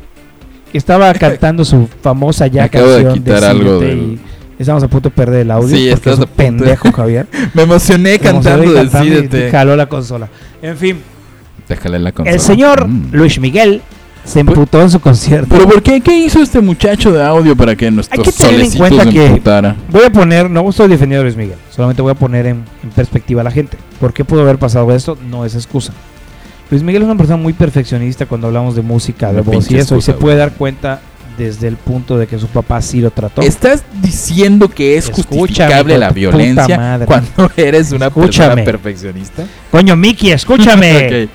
(laughs)
estaba cantando su famosa ya
Acabo de
canción.
quitar algo
Decídete
del-
y Estamos a punto de perder el audio.
Sí,
porque
estás
es un
a punto de-
pendejo, Javier.
Me emocioné (laughs) cantando
Como se ve cantando y "Ah,
Decídete.
Jaló la consola. En fin.
Déjale la consola.
El señor
Mm.
Luis Miguel se
Pues-
emputó en su concierto.
¿Pero por qué? ¿Qué hizo este muchacho de audio para que
Hay que
nuestros
tener en
solecitos
cuenta
se
que-
emputara?
Voy a poner, no estoy defendiendo a Luis Miguel, solamente voy a poner en, en perspectiva a la gente. ¿Por qué pudo haber pasado esto? No es excusa. Luis Miguel es una persona muy perfeccionista cuando hablamos de música, de
Una
voz y
pinche
eso, y
excusa,
se
güey.
puede dar cuenta desde el punto de que su papá sí lo trató.
Estás diciendo que es
Escúchame,
justificable
hijo
la
de tu puta
violencia
madre.
cuando eres una
Escúchame.
persona perfeccionista.
Coño, Mickey,
(laughs)
escúchame.
Ok.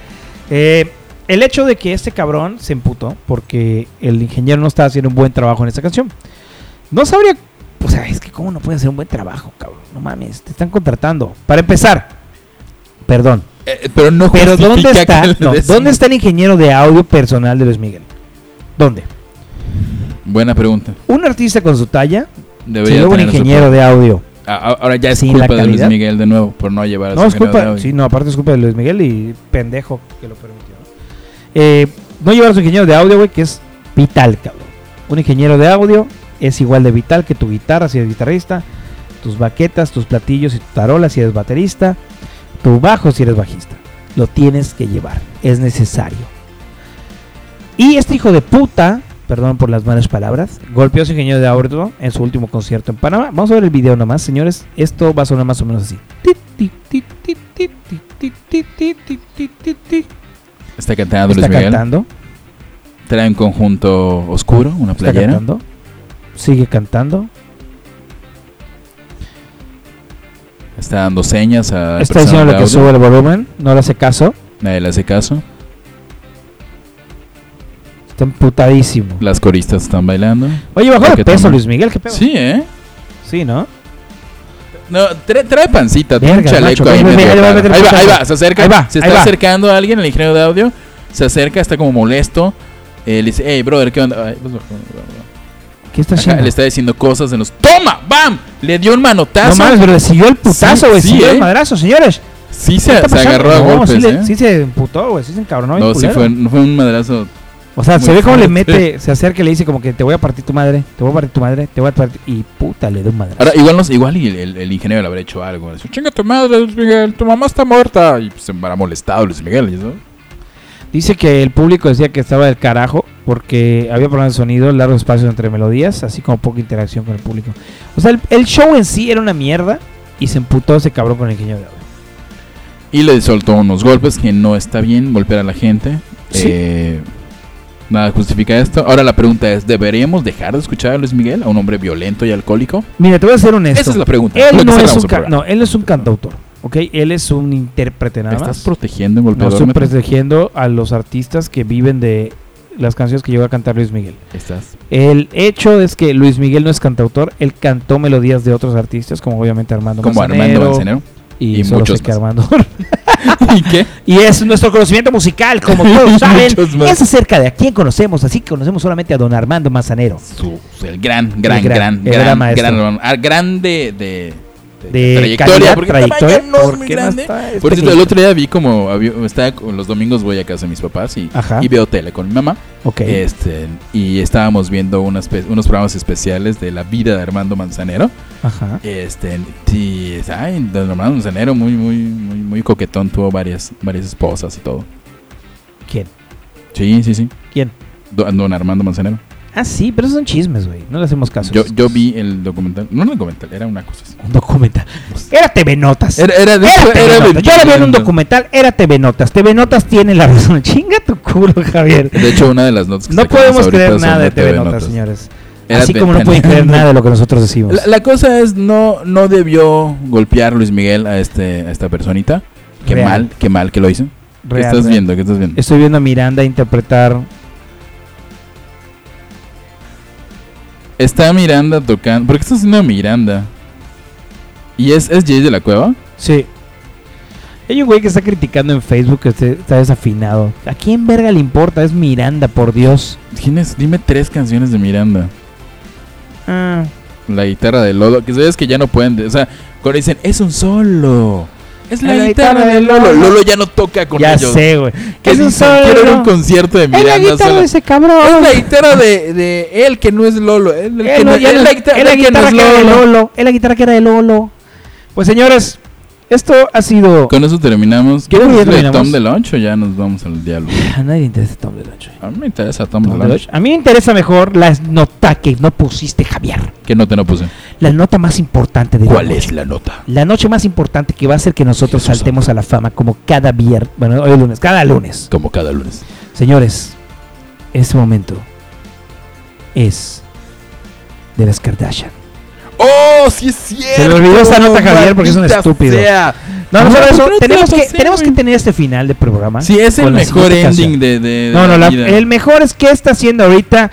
Eh, el hecho de que este cabrón se emputó porque el ingeniero no estaba haciendo un buen trabajo en esta canción. No sabría. O sea, es que cómo no puede hacer un buen trabajo, cabrón. No mames, te están contratando. Para empezar. Perdón.
Eh, pero no
Pero ¿dónde
justifica
está?
que le
no,
des
¿Dónde
un-
está el ingeniero de audio personal de Luis Miguel? ¿Dónde?
Buena pregunta.
Un artista con su talla, si
Debería
luego un
tener eso,
ingeniero de audio.
pero- Ah, ah, Ahora ya es
sin la
culpa de Luis
calidad.
Miguel de nuevo por no llevar a
No,
su
es
ingeniero de
culpa,
audio.
sí, no, aparte es culpa de Luis Miguel y pendejo que lo permitió. ¿no? Eh, no llevar a su ingeniero de audio, güey, que es vital, cabrón. Un ingeniero de audio es igual de vital que tu guitarra si eres guitarrista, tus baquetas, tus platillos y tu tarola si eres baterista, tu bajo si eres bajista. Lo tienes que llevar, es necesario. Y este hijo de puta, perdón por las malas palabras, golpeó a su ingeniero de audio en su último concierto en Panamá. Vamos a ver el video nomás, señores. Esto va a sonar más o menos así. Tit, tit, tit, tit, tit, tit, tit, tit, tit, tit, tit, tit, tit.
Está cantando Este
Está
Ah, Luis Miguel.
cantando,
Trae un conjunto oscuro, una
está
playera.
cantando. Sigue cantando.
Está dando señas a. la
Está
persona
diciendo
de
que
audio.
sube el volumen, no le hace caso.
Nadie le hace caso.
Está emputadísimo.
Las coristas están bailando.
Oye, bajó
Hay
de
que
peso
tomar.
Luis Miguel, qué pedo.
Sí, ¿eh?
Sí, ¿no?
No, tra- trae pancita, trae un
Verga,
chaleco
macho,
ahí.
ve, ve,
medio
ve, ahí va a
raro.
meter
Ahí va,
putazo.
ahí va, se acerca.
Ahí va,
se
ahí
está
va.
acercando a alguien, el ingeniero de audio. Se acerca, está como molesto. eh, le dice, hey, brother, ¿qué onda? Ay, pues, bro, bro, bro.
¿Qué está
Ajá,
haciendo?
le está diciendo cosas en los. ¡Toma! ¡Bam! Le dio un manotazo.
No mames, pero le siguió el putazo,
Sí,
güey.
sí,
siguió el
eh.
madrazo, señores.
sí,
¿Qué
se,
está
se
pasando?
agarró a
No,
golpes.
sí, le-
¿eh?
sí se emputó, güey. Sí se encabronó. bien
No, sí
culero.
fue, fue un madrazo.
O sea,
Muy
se ve cómo le
fuerte.
mete, se acerca y le dice como que te voy a partir tu madre, te voy a partir tu madre, te voy a partir. Y puta, le da un madrazo.
Ahora, igual, no sé, igual y el, el- el ingeniero le habrá hecho algo. Le dice, chinga tu madre, Luis Miguel, tu mamá está muerta. Y pues, se habrá molestado Luis Miguel, ¿no?
Dice que el público decía que estaba del carajo porque había problemas de sonido, largos espacios entre melodías, así como poca interacción con el público. O sea, el, el show en sí era una mierda y se emputó ese cabrón con el ingeniero de audio.
Y le soltó unos golpes que no está bien golpear a la gente.
Sí.
Eh, nada justifica esto. Ahora la pregunta es, ¿deberíamos dejar de escuchar a Luis Miguel, a un hombre violento y alcohólico?
Mira, te voy a ser honesto.
Esa es la pregunta.
él,
Lo que
no es
cerramos
un
el
ca-
programa.
no, él no es un cantautor, ¿ok? Él es un intérprete nada
¿Estás
más.
protegiendo en
No
golpeador?
estoy
Meta?
protegiendo a los artistas que viven de las canciones que llegó a cantar Luis Miguel.
Estás.
El hecho es que Luis Miguel no es cantautor, él cantó melodías de otros artistas, como obviamente Armando
Como Armando (laughs)
Manzanero
Manzanero.
y,
y
solo
muchos
sé que
más.
Armando. (laughs)
¿Y qué?
y es nuestro conocimiento musical,
(laughs)
como todos saben,
Muchos más.
es acerca de a quién conocemos, así que conocemos solamente a don Armando Manzanero.
Su- su- el gran, gran, gran,
El gran,
gran,
el gran
gran,
maestro.
ah, grande de, de-
De
de trayectoria.
calidad,
porque
trayectoria,
Tamayo no es muy
porque no
grande. Este
está- es
Por cierto, el
pequeñito.
otro día vi como había- estaba con- los domingos voy a casa de mis papás y,
Ajá.
y veo tele con mi mamá.
Ok.
Este, y estábamos viendo unas pe- unos programas especiales de la vida de Armando Manzanero.
Ajá.
Este, y, ay, don Armando Manzanero muy, muy, muy, muy coquetón, tuvo varias, varias esposas y todo.
¿Quién?
Sí, sí, sí.
¿Quién?
Don, don Armando Manzanero.
Ah, sí, pero esos son chismes, güey. No le hacemos caso. a
Yo,
esos
yo
chismes.
vi el documental, no el documental, era una cosa así. (laughs)
un documental. Era TV Notas.
Era, era de
Era
hecho,
TV
era
Notas.
de-
Yo la vi en un documental, era TV Notas. TV Notas tiene la razón. (laughs) Chinga tu culo, Javier.
De hecho, una de las notas que
No
sacamos
podemos
ahorita
creer
son
nada de TV, Notas,
Notas.
señores.
Era
Así
de-
como no pueden creer nada de lo que nosotros decimos.
La, la cosa es, no, no debió golpear Luis Miguel a, este, a esta personita. Qué
Real.
mal, qué mal que lo hizo. ¿Qué
Real,
estás
real.
viendo? ¿Qué estás viendo?
Estoy viendo a Miranda interpretar.
Está Miranda tocando. ¿Por qué estás haciendo a Miranda? ¿Y es, es Jay de la Cueva?
Sí. Hay un güey que está criticando en Facebook que este- está desafinado. ¿A quién verga le importa? Es Miranda, por Dios.
¿Quién es? Dime tres canciones de Miranda.
Ah,
La guitarra de Lodo. Que sabes que ya no pueden. de- o sea, cuando dicen, es un solo. Es la,
La
guitarra, de
guitarra de
Lolo.
Lolo.
Lolo ya no toca con
ya
ellos.
sé, güey.
Que
Es un
dicen, Quiero ir a
solo.
un concierto de
Es
Miranda.
la guitarra
sola".
de ese cabrón.
Es la guitarra de, de él que no es Lolo. Es, el
Eh,
que
no,
no-
ya
es
no-
la guitarra,
es la
que no
guitarra
es
que era de
Lolo.
Lolo. Es la guitarra que era de Lolo. Pues señores, Esto ha sido.
Con eso terminamos.
¿Qué
¿Quieres
ya
decirle
terminamos?
Tom DeLonge o ya nos vamos al diablo?
A nadie le interesa Tom DeLonge.
A mí me interesa Tom,
Tom
DeLonge.
A mí me interesa mejor la nota que no pusiste, Javier.
Que no te lo puse.
La nota más importante de la
¿Cuál
noche.
es la nota?
La noche más importante que va a hacer que nosotros
Jesús
saltemos a la fama como cada viernes. Bueno, hoy es lunes, cada lunes.
Como cada lunes.
Señores, este momento es de las Kardashian.
¡Oh, sí es cierto!
Se le olvidó esta nota, Javier, porque es un
Maldita
estúpido.
sea.
No, no
No,
solo
pero
eso,
no te
tenemos
vas a
que,
hacer,
tenemos que
güey.
tener este final de programa.
Sí, es el
con la
mejor
siguiente canción.
ending de, de-
No,
de
no, la-
vida.
el mejor es que está haciendo ahorita.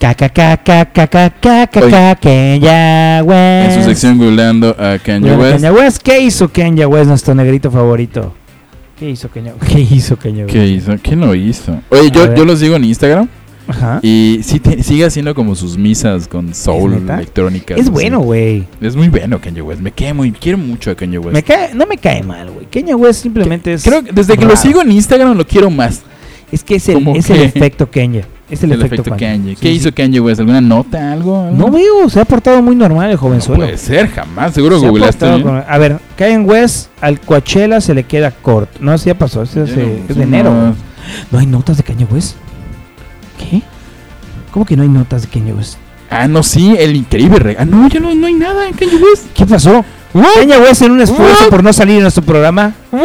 Caca, caca, caca, caca,
Oye.
caca, Kenya West.
En su sección googleando a Kanye
Bueno,
West.
Kanye West, ¿Qué hizo Kenya West, nuestro negrito favorito? ¿Qué hizo Kenya ¿Qué hizo Kanye West?
¿Qué hizo? ¿Quién lo hizo? Oye,
A
yo,
ver.
yo lo sigo en Instagram
Ajá.
y sí te- sigue haciendo como sus misas con soul
neta?
electrónica.
Es bueno, güey.
Es muy bueno Kanye West. Me quemo y quiero mucho a Kanye West.
Me cae- no me cae mal, güey. Kenya West simplemente es.
Creo que desde que lo
raro.
sigo en Instagram lo quiero más.
Es que es el,
como
es el
que-
efecto Kenya. Es el,
El, efecto Kanye.
Sí,
¿Qué
sí.
hizo Kanye West? ¿Alguna nota? ¿Algo?
No veo, se ha portado muy normal el jovenzuelo.
Puede ser, jamás. Seguro
Se ha
googleaste.
portado
¿eh?
con- A ver, Kanye West al Coachella se le queda corto. No, sí ya pasó, ese es,
Ya
eh,
no,
es
no.
de enero. güey. ¿No hay notas de Kanye West? ¿Qué? ¿Cómo que no hay notas de Kanye West?
Ah, no, sí, el increíble regalo. Ah, no, ya no, no hay nada en Kanye West.
¿Qué pasó? Kanye West en un esfuerzo
What?
por no salir en nuestro programa.
What?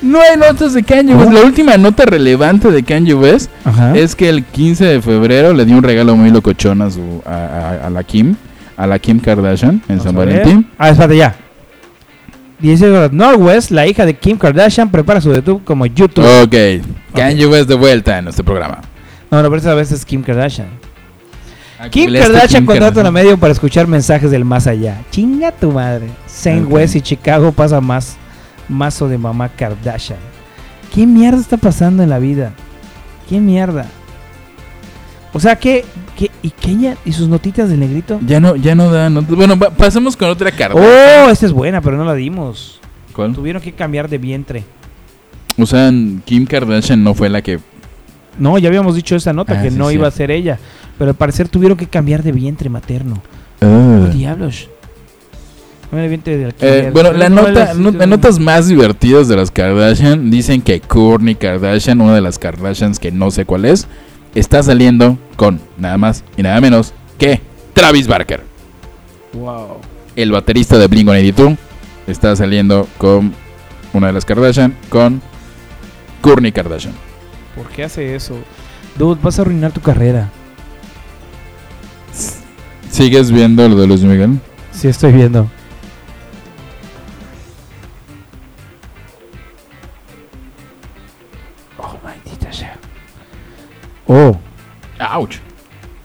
No hay notas de Kanye West. La última nota relevante de Kanye West
Ajá.
es que el 15 de febrero le dio un regalo muy locochón a, su, a, a- a la Kim, a la Kim Kardashian en San Valentín.
Ah, espérate ya. 16 horas. Norwest, la hija de Kim Kardashian, prepara su debut como YouTube.
Ok, Kanye West de vuelta en este programa.
No, no, pero esa vez es Kim Kardashian.
Ah,
Kim
googleaste
Kardashian contrata
Kardashian.
a medio para escuchar mensajes del más allá. Chinga tu madre. St.
Ok.
West y Chicago pasa más mazo de mamá Kardashian. ¿Qué mierda está pasando en la vida? ¿Qué mierda? O sea, ¿qué? qué ¿Y Kenya y sus notitas del negrito?
Ya no, ya no da notas. Bueno, va- pasemos con otra Kardashian. ¿Mm?
Oh, esta es buena, pero no la dimos.
¿Cuál?
Tuvieron que cambiar de vientre.
O sea, Kim Kardashian no fue la que.
No, ya habíamos dicho esa nota
Ah,
que
sí,
no
sí.
iba a ser ella. Pero al parecer tuvieron que cambiar de vientre materno. Ah.
Diablos.
No era vientre de
Eh,
alquiler.
bueno, la
No,
nota,
no,
no- las notas más divertidas de las Kardashian dicen que Kourtney Kardashian, una de las Kardashians que no sé cuál es, está saliendo con nada más y nada menos que Travis Barker,
Wow.
el baterista de Blink-182, está saliendo con una de las Kardashian con Kourtney Kardashian.
¿Por qué hace eso? Dude, vas a arruinar tu carrera.
¿Sigues viendo lo de Luis Miguel?
Sí, estoy viendo. Oh, maldita sea. Oh,
¡Auch!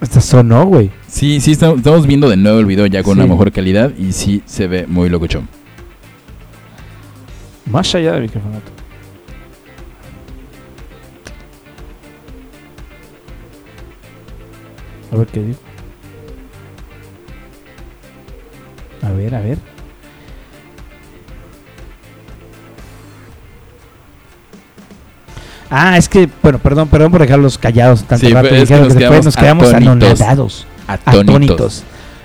esta sonó, güey.
Sí, sí, estamos estamos viendo de nuevo el video ya con
Sí.
una mejor calidad y sí se ve muy locochón.
Más allá del micrófono. A ver qué digo. A ver, a ver. Ah, es que, bueno, perdón, perdón por dejarlos callados tanto
Sí,
rato.
pero es que
Dijeron
nos
que después
quedamos
nos quedamos
atónitos.
anonadados
Atónitos.
atónitos.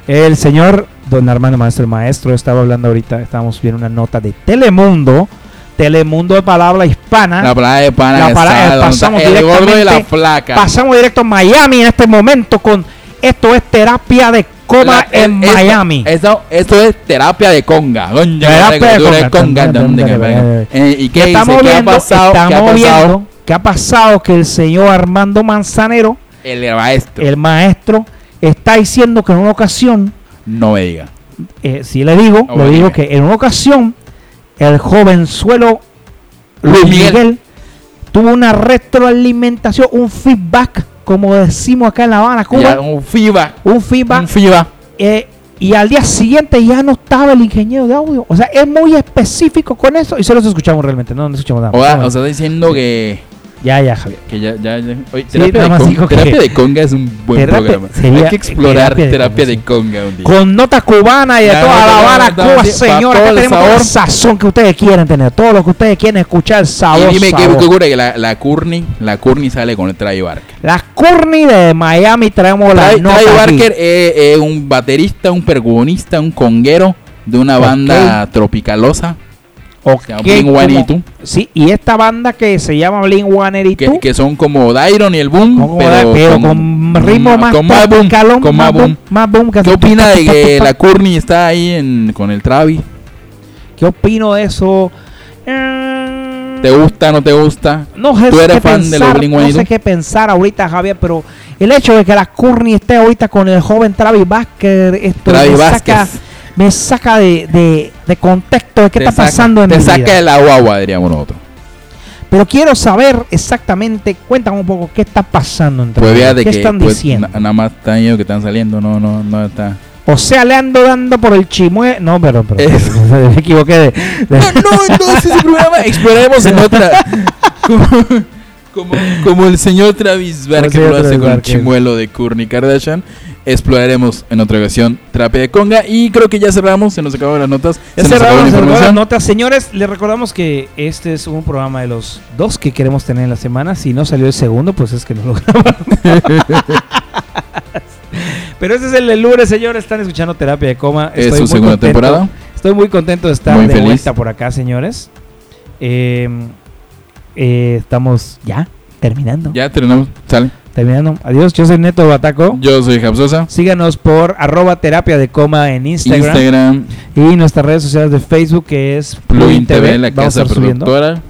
El señor Don Armando Maestro, el maestro, estaba hablando ahorita, estábamos viendo una nota de Telemundo, Telemundo de palabra hispana.
La palabra de pana
Ah. La
que
palabra-
está donde
pasamos
está el gordo y la
directamente-
flaca.
Pasamos directo a Miami en este momento con esto es terapia de coma
La- e-
en
esto-
Miami.
Esto, esto es terapia de conga. Coño,
Terapia
que
de
dure
conga.
donde que venga. Eh, ¿Y qué
estamos
dice? ¿Qué ha
viendo,
pasado? ¿Qué ha
estamos
pasado?
viendo que ha pasado que el señor Armando Manzanero,
El maestro.
el maestro, está diciendo que en una ocasión
No me diga.
eh, sí le digo,
Oh,
le digo
dime.
que en una ocasión el jovenzuelo Luis
Luis
Miguel,
Miguel.
tuvo una retroalimentación, un feedback, como decimos acá en La Habana, Cuba,
Ya, un FIBA.
un feedback,
Un FIBA.
eh, y al día siguiente ya no estaba el ingeniero de audio. O sea, es muy específico con eso y solo se escuchamos realmente, no, no escuchamos nada.
O,
más.
sea,
Ah, bueno.
o sea, está diciendo que,
ya, ya, Javier.
que ya, ya, ya. Oye,
Sí,
terapia,
nada
de,
más
conga,
dijo que-
terapia de conga es un buen
Terapia-
programa.
sería
Hay que explorar
terapia
terapia,
de
de
conga, sí.
conga un día.
Con notas cubanas y de
Ya,
toda
no,
La
no,
Habana,
no, no,
Cuba,
sí, pa'
señor.
todo
Acá
el
tenemos todo el
sabor.
sazón que ustedes quieren tener, todo lo que ustedes quieren escuchar, sabor,
y dime que,
sabor.
que ocurre que la, la Courtney, la Courtney sale con el Travis Barker.
Las Courtney de Miami traemos la
Travis
nota aquí.
Barker eh, es es un baterista, un percusionista, un conguero de una
Ok.
banda tropicalosa
O
Se llama
que
Blink
como-
182.
Sí, y esta banda que se llama Blink
Que,
182.
que son como Dairon y el Boom,
Como
pero, mm,
da- pero con, ritmo más
con más
pop,
boom,
calón,
con
más
más boom.
boom, más boom, que
¿Qué
hace
opina
pa,
de
pa, pa, (laughs)
que
pa,
la
pa?
Courtney está ahí en, con el Travis?
¿Qué opino de eso? Eh,
¿Te gusta, no te gusta?
No sé,
¿Tú eres
qué
fan de
pensar,
los Blink
no sé
182?
qué pensar ahorita, Javier, pero el hecho de que la Courtney esté ahorita con el joven Travis Vázquez, esto
Travis
me, Pues Saca,
Vázquez.
me saca de, de- de contexto de qué
Te
está
saca-
pasando en
Te
mi
saca
vida.
de la guagua, diríamos nosotros.
Pero quiero saber exactamente, cuéntame un poco, qué está pasando entre
Pues vea
ellos?
de
qué
que
están
pues,
diciendo.
na- nada más están ellos que están saliendo, no, no, no está.
O sea, le ando dando por el chimue. No, pero, pero
Es-
(laughs) me equivoqué de. (laughs) de-
No, no, entonces el programa exploraremos en otra. Como, como, como el señor Travis Barker
señor
lo hace
Travis
con el
Barker.
chimuelo de Kourtney Kardashian, exploraremos en otra ocasión Trape de Conga. Y creo que ya cerramos, se nos acabaron las notas. Se nos acabó la
Cerramos las
información.
notas, señores. Les recordamos que este es un programa de los dos que queremos tener en la semana. Si no salió el segundo, pues es que no lo grabamos. (laughs)
(laughs)
Pero este es el de lunes, señores. Están escuchando Terapia de Coma.
Es
Estoy
su
muy
segunda
contento.
temporada.
Estoy muy contento de estar
Muy
de
feliz.
vuelta por acá, señores. Eh, eh, estamos ya terminando.
Ya terminamos, sale.
Terminando. Adiós. Yo soy Neto Bataco.
Yo soy Japsosa.
Síganos por arroba terapia de coma en Instagram,
Instagram,
y nuestras redes sociales de Facebook que es
Plugin TV, la
vamos, a
casa
estar subiendo,
productora.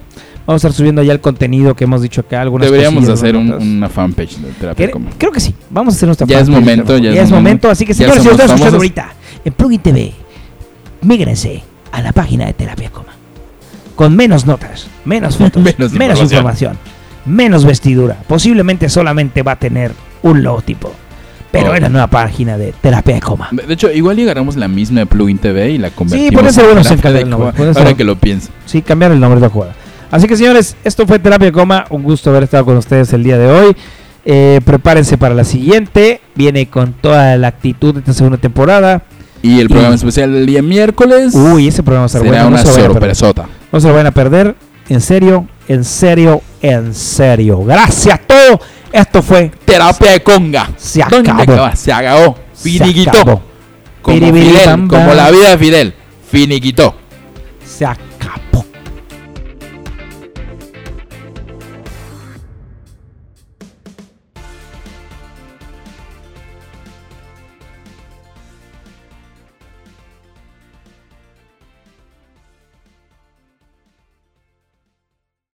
vamos a estar subiendo ya el contenido que hemos dicho acá. Algunas
Deberíamos
cosillas,
hacer un-
algunas notas.
una fanpage de Trape de
Cre-
Conga.
Creo que sí. Vamos a hacer nuestra
Ya es
fanpage,
momento,
pero-
ya es
es
momento.
momento. Así que
Ya
señores, si lo
somos
están escuchando
famosos.
ahorita en Plugin TV, migrense a la página de terapia de coma con menos notas,
(laughs)
menos fotos,
Menos
menos,
información.
información. menos vestidura. Posiblemente solamente va a tener un logotipo. Pero
Oh.
es la nueva página de terapia de coma.
De de hecho, igual y agarramos la misma de Plugin TV y la convertimos.
puede ser
en
bueno
Trape
sacar
de
el nombre,
Conga.
puede ser.
Ahora que lo pienso.
Sí, cambiar el nombre de la jugada. Así que señores, esto fue Terapia Coma. Un gusto haber estado con ustedes el día de hoy. Eh, prepárense para la siguiente. Viene con toda la actitud de esta segunda temporada.
Y el programa
Y-
especial del día miércoles
Uy, ese programa va a estar
será
bueno.
una
no, se lo vayan a perder.
sorpresota.
no se lo van a perder. En serio, en serio, en serio. Gracias a todos. Esto fue.
Terapia de conga.
Se
¿Dónde
acabó.
acaba? Se acabó.
Se
Finiquito.
acabó.
Como
Piribiri,
Fidel,
bam,
como
bam.
la vida de Fidel. Finiquito.
Se acabó.